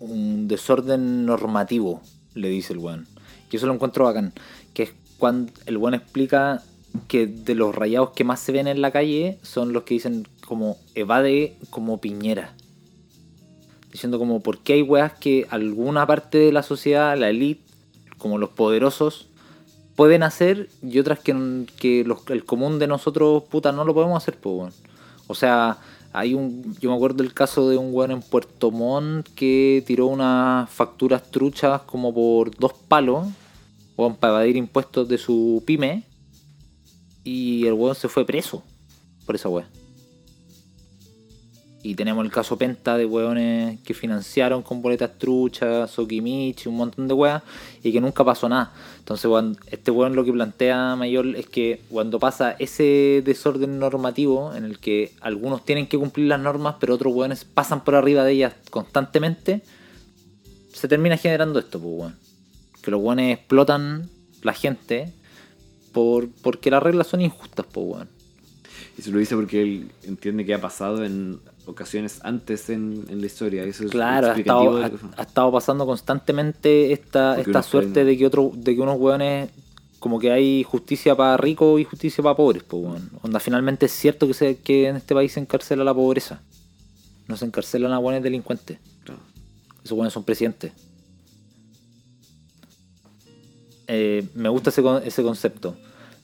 [SPEAKER 3] un desorden normativo, le dice el weón. Y eso lo encuentro bacán. Que es cuando el weón explica que de los rayados que más se ven en la calle son los que dicen como evade como piñera diciendo como por qué hay weas que alguna parte de la sociedad, la elite, como los poderosos, pueden hacer y otras que, que los- el común de nosotros, puta, no lo podemos hacer, pues, weón. O sea, hay un, yo me acuerdo del caso de un weón en Puerto Montt que tiró unas facturas truchas como por dos palos, weón, para evadir impuestos de su pyme, y el weón se fue preso por esa wea. Y tenemos el caso Penta de hueones que financiaron con boletas truchas, Sokimichi, un montón de hueas, y que nunca pasó nada. Entonces, hueón, este hueón lo que plantea Mayor es que cuando pasa ese desorden normativo en el que algunos tienen que cumplir las normas, pero otros hueones pasan por arriba de ellas constantemente, se termina generando esto, pues, hueón. Que los hueones explotan la gente por, porque las reglas son injustas, pues, hueón.
[SPEAKER 2] Y se lo dice porque él entiende que ha pasado en ocasiones antes en, en la historia. Eso es
[SPEAKER 3] Claro, ha
[SPEAKER 2] explicativo
[SPEAKER 3] estado,
[SPEAKER 2] de
[SPEAKER 3] ha,
[SPEAKER 2] lo que fue.
[SPEAKER 3] ha estado pasando constantemente esta,
[SPEAKER 2] Porque
[SPEAKER 3] esta
[SPEAKER 2] unos
[SPEAKER 3] suerte
[SPEAKER 2] pueden-
[SPEAKER 3] de que otro, de que unos hueones como que hay justicia para ricos y justicia para pobres, pues weón. Onda, finalmente es cierto que se, que en este país se encarcela la pobreza. No se encarcelan a hueones delincuentes.
[SPEAKER 2] Claro.
[SPEAKER 3] Esos hueones son presidentes. Eh, me gusta ese, con- ese concepto.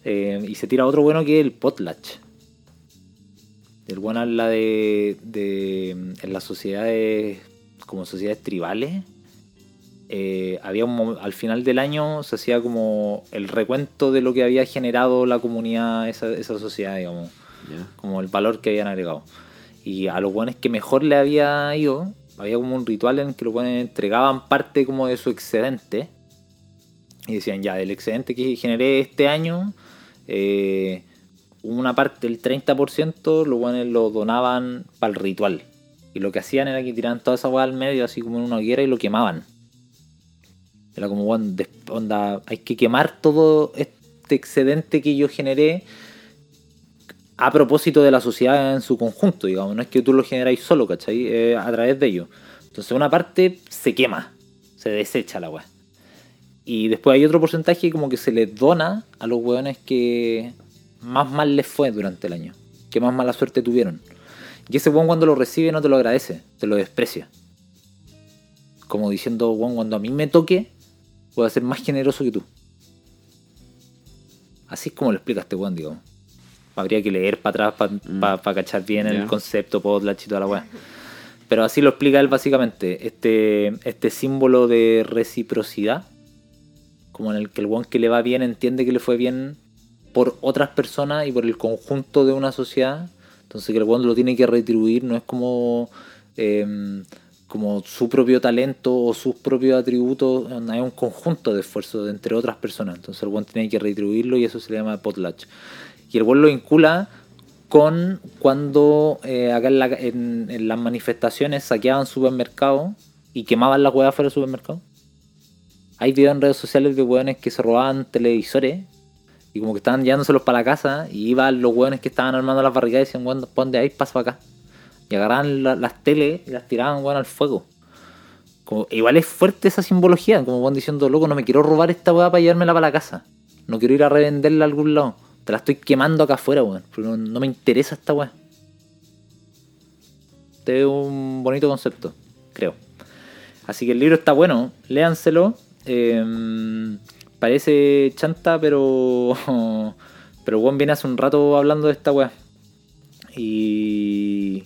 [SPEAKER 3] Eh, y se tira otro bueno que es el potlatch. El buen habla de, de- En las sociedades. Como sociedades tribales. eh, había un mo- al final del año se hacía como el recuento de lo que había generado la comunidad, esa, esa sociedad, digamos
[SPEAKER 2] Ya.
[SPEAKER 3] como el valor que habían agregado. Y a los buenos que mejor le había ido, había como un ritual en que los buenos entregaban parte como de su excedente. Y decían, ya, del excedente que generé este año, eh, una parte, el 30%, los buenos lo donaban para el ritual. Y lo que hacían era que tiraban toda esa hueá al medio, así como en una hoguera, y lo quemaban. Era como, bueno, des- onda, hay que quemar todo este excedente que yo generé a propósito de la sociedad en su conjunto, digamos. No es que tú lo generáis solo, ¿cachai? Eh, a través de ello. Entonces una parte se quema, se desecha la weá. Y después hay otro porcentaje como que se les dona a los weones que más mal les fue durante el año, que más mala suerte tuvieron. Y ese weón cuando lo recibe no te lo agradece, te lo desprecia. Como diciendo, weón, cuando a mí me toque, voy a ser más generoso que tú. Así es como lo explica este weón, digamos. Habría que leer para atrás para cachar bien el
[SPEAKER 2] Ya.
[SPEAKER 3] concepto, potlatch y toda la weá. Pero así lo explica él básicamente. Este, este símbolo de reciprocidad, como en el que el weón que le va bien entiende que le fue bien por otras personas y por el conjunto de una sociedad. Entonces que el weón lo tiene que retribuir, no es como, eh, como su propio talento o sus propios atributos, no, hay un conjunto de esfuerzos entre otras personas. Entonces el weón tiene que retribuirlo y eso se le llama potlatch. Y el weón lo vincula con cuando eh, acá en, la- en- en las manifestaciones saqueaban supermercados y quemaban las huevas fuera del supermercado. Hay videos en redes sociales de hueones que se robaban televisores y como que estaban llevándoselos para la casa y iban los hueones que estaban armando las barricadas y decían, bueno, ¿pa' dónde hay? Pasa pa' acá. Y agarraban la- las teles y las tiraban, weón, al fuego. Como, igual es fuerte esa simbología, como van diciendo, loco, no me quiero robar esta weá para llevármela para la casa. No quiero ir a revenderla a algún lado. Te la estoy quemando acá afuera, weón. Porque no, no me interesa esta weá. Este es un bonito concepto, creo. Así que el libro está bueno, léanselo. Eh, parece chanta, pero. Pero Juan viene hace un rato hablando de esta weá. Y.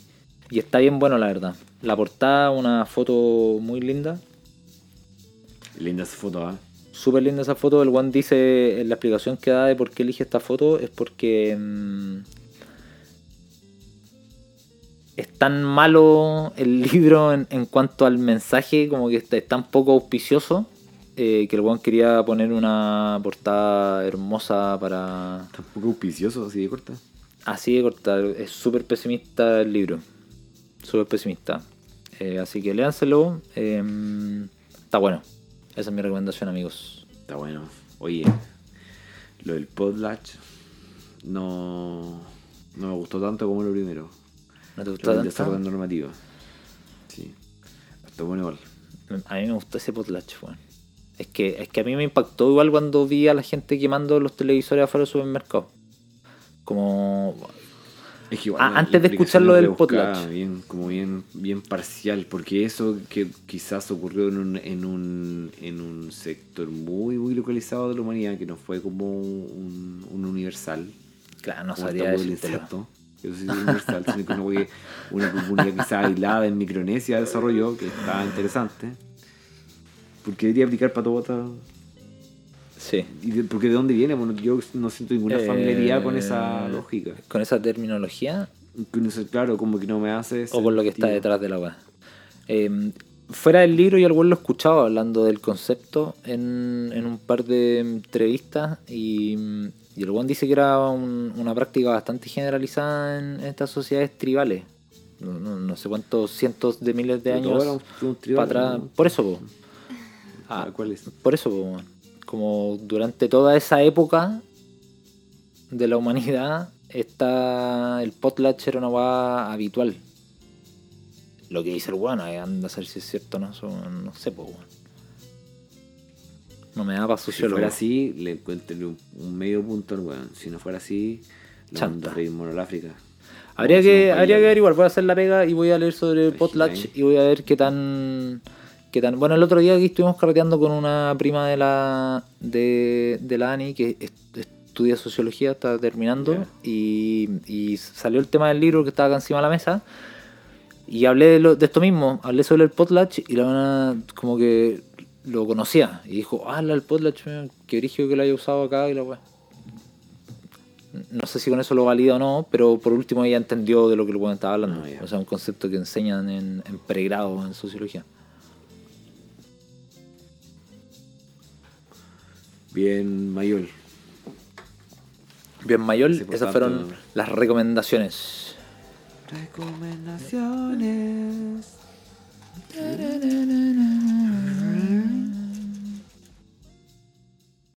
[SPEAKER 3] Y está bien bueno, la verdad. La portada, una foto muy linda.
[SPEAKER 2] Linda esa foto, ¿ah?
[SPEAKER 3] Súper linda esa foto. El Juan dice en la explicación que da de por qué elige esta foto es porque mm, es tan malo el libro en, en cuanto al mensaje, como que está- es tan poco auspicioso, eh, que el Juan quería poner una portada hermosa para...
[SPEAKER 2] Tampoco auspicioso, así de corta.
[SPEAKER 3] Así de cortar, es súper pesimista el libro. Súper pesimista. Eh, así que léanselo. eh, está bueno. Esa es mi recomendación, amigos.
[SPEAKER 2] Está bueno. Oye, lo del podlatch no, no me gustó tanto como lo primero.
[SPEAKER 3] ¿No te
[SPEAKER 2] Lo
[SPEAKER 3] gustó
[SPEAKER 2] del desorden
[SPEAKER 3] tanto?
[SPEAKER 2] normativo. Sí. Está bueno igual.
[SPEAKER 3] A mí me gustó ese potlatch, weón. Es que, es que a mí me impactó igual cuando vi a la gente quemando los televisores afuera del supermercado. Como.
[SPEAKER 2] Es que igual
[SPEAKER 3] Ah,
[SPEAKER 2] la-
[SPEAKER 3] antes
[SPEAKER 2] la
[SPEAKER 3] de escuchar
[SPEAKER 2] explicación
[SPEAKER 3] lo del
[SPEAKER 2] rebuscada,
[SPEAKER 3] potlatch.
[SPEAKER 2] Bien, como bien, bien parcial, porque eso que quizás ocurrió en un, en un, en un sector muy, muy localizado de la humanidad, que no fue como un, un universal,
[SPEAKER 3] Claro, no
[SPEAKER 2] como
[SPEAKER 3] sabría
[SPEAKER 2] el tabú del
[SPEAKER 3] decírtelo.
[SPEAKER 2] insecto. Eso sí es universal, sino que una, wea- una comunidad quizá aislada en Micronesia desarrolló, que está interesante. Porque debería aplicar para todo. ta-
[SPEAKER 3] Sí.
[SPEAKER 2] ¿Y de- porque de dónde viene? Bueno, yo no siento ninguna
[SPEAKER 3] Eh,
[SPEAKER 2] familiaridad con esa lógica.
[SPEAKER 3] Con esa terminología.
[SPEAKER 2] Incluso, claro, como que no me hace.
[SPEAKER 3] o con lo que está
[SPEAKER 2] sentido.
[SPEAKER 3] detrás de la weá. Eh, fuera del libro, yo algún lo he escuchado hablando del concepto en, en un par de entrevistas y, y el Juan dice que era un- una práctica bastante generalizada en estas sociedades tribales. No, no- no sé cuántos cientos de miles de
[SPEAKER 2] Pero todo
[SPEAKER 3] años
[SPEAKER 2] era un- un tribal,
[SPEAKER 3] para atrás.
[SPEAKER 2] ¿no?
[SPEAKER 3] Por eso, po. Ah,
[SPEAKER 2] Ah, ¿Cuál es?
[SPEAKER 3] por eso, po, weón. como durante toda esa época de la humanidad, está el potlatch era una weá habitual. Lo que dice el weón, ahí anda a saber si es cierto o no, eso no sé, pues weón. No me da para
[SPEAKER 2] Si
[SPEAKER 3] sucio
[SPEAKER 2] fuera
[SPEAKER 3] lo
[SPEAKER 2] así, le encuentro un, un medio punto al weón. Si no fuera así, lo
[SPEAKER 3] Chanta.
[SPEAKER 2] mando a reír mono a la África.
[SPEAKER 3] Habría
[SPEAKER 2] Como si
[SPEAKER 3] que,
[SPEAKER 2] no
[SPEAKER 3] habría que
[SPEAKER 2] vaya-
[SPEAKER 3] averiguar, voy a hacer la pega y voy a leer sobre el
[SPEAKER 2] Imagina
[SPEAKER 3] potlatch
[SPEAKER 2] ahí.
[SPEAKER 3] y voy a ver qué tan qué tan. Bueno, el otro día aquí estuvimos carreteando con una prima de la de, de la Ani que est- estudia sociología, está terminando
[SPEAKER 2] Ya.
[SPEAKER 3] y, y salió el tema del libro que estaba acá encima de la mesa. Y hablé de, lo- de esto mismo, hablé sobre el potlatch y la una como que lo conocía y dijo, ah, la- el potlatch, mira, qué brígido que lo haya usado acá y la weá. No sé si con eso lo valida o no, pero por último ella entendió de lo que el weón estaba hablando.
[SPEAKER 2] Ah, ya.
[SPEAKER 3] O sea, un concepto que enseñan en, en pregrado en sociología.
[SPEAKER 2] Bien, mayor.
[SPEAKER 3] Bien, Mayol,
[SPEAKER 2] Sí, por
[SPEAKER 3] esas
[SPEAKER 2] tanto-
[SPEAKER 3] fueron las recomendaciones.
[SPEAKER 2] Recomendaciones.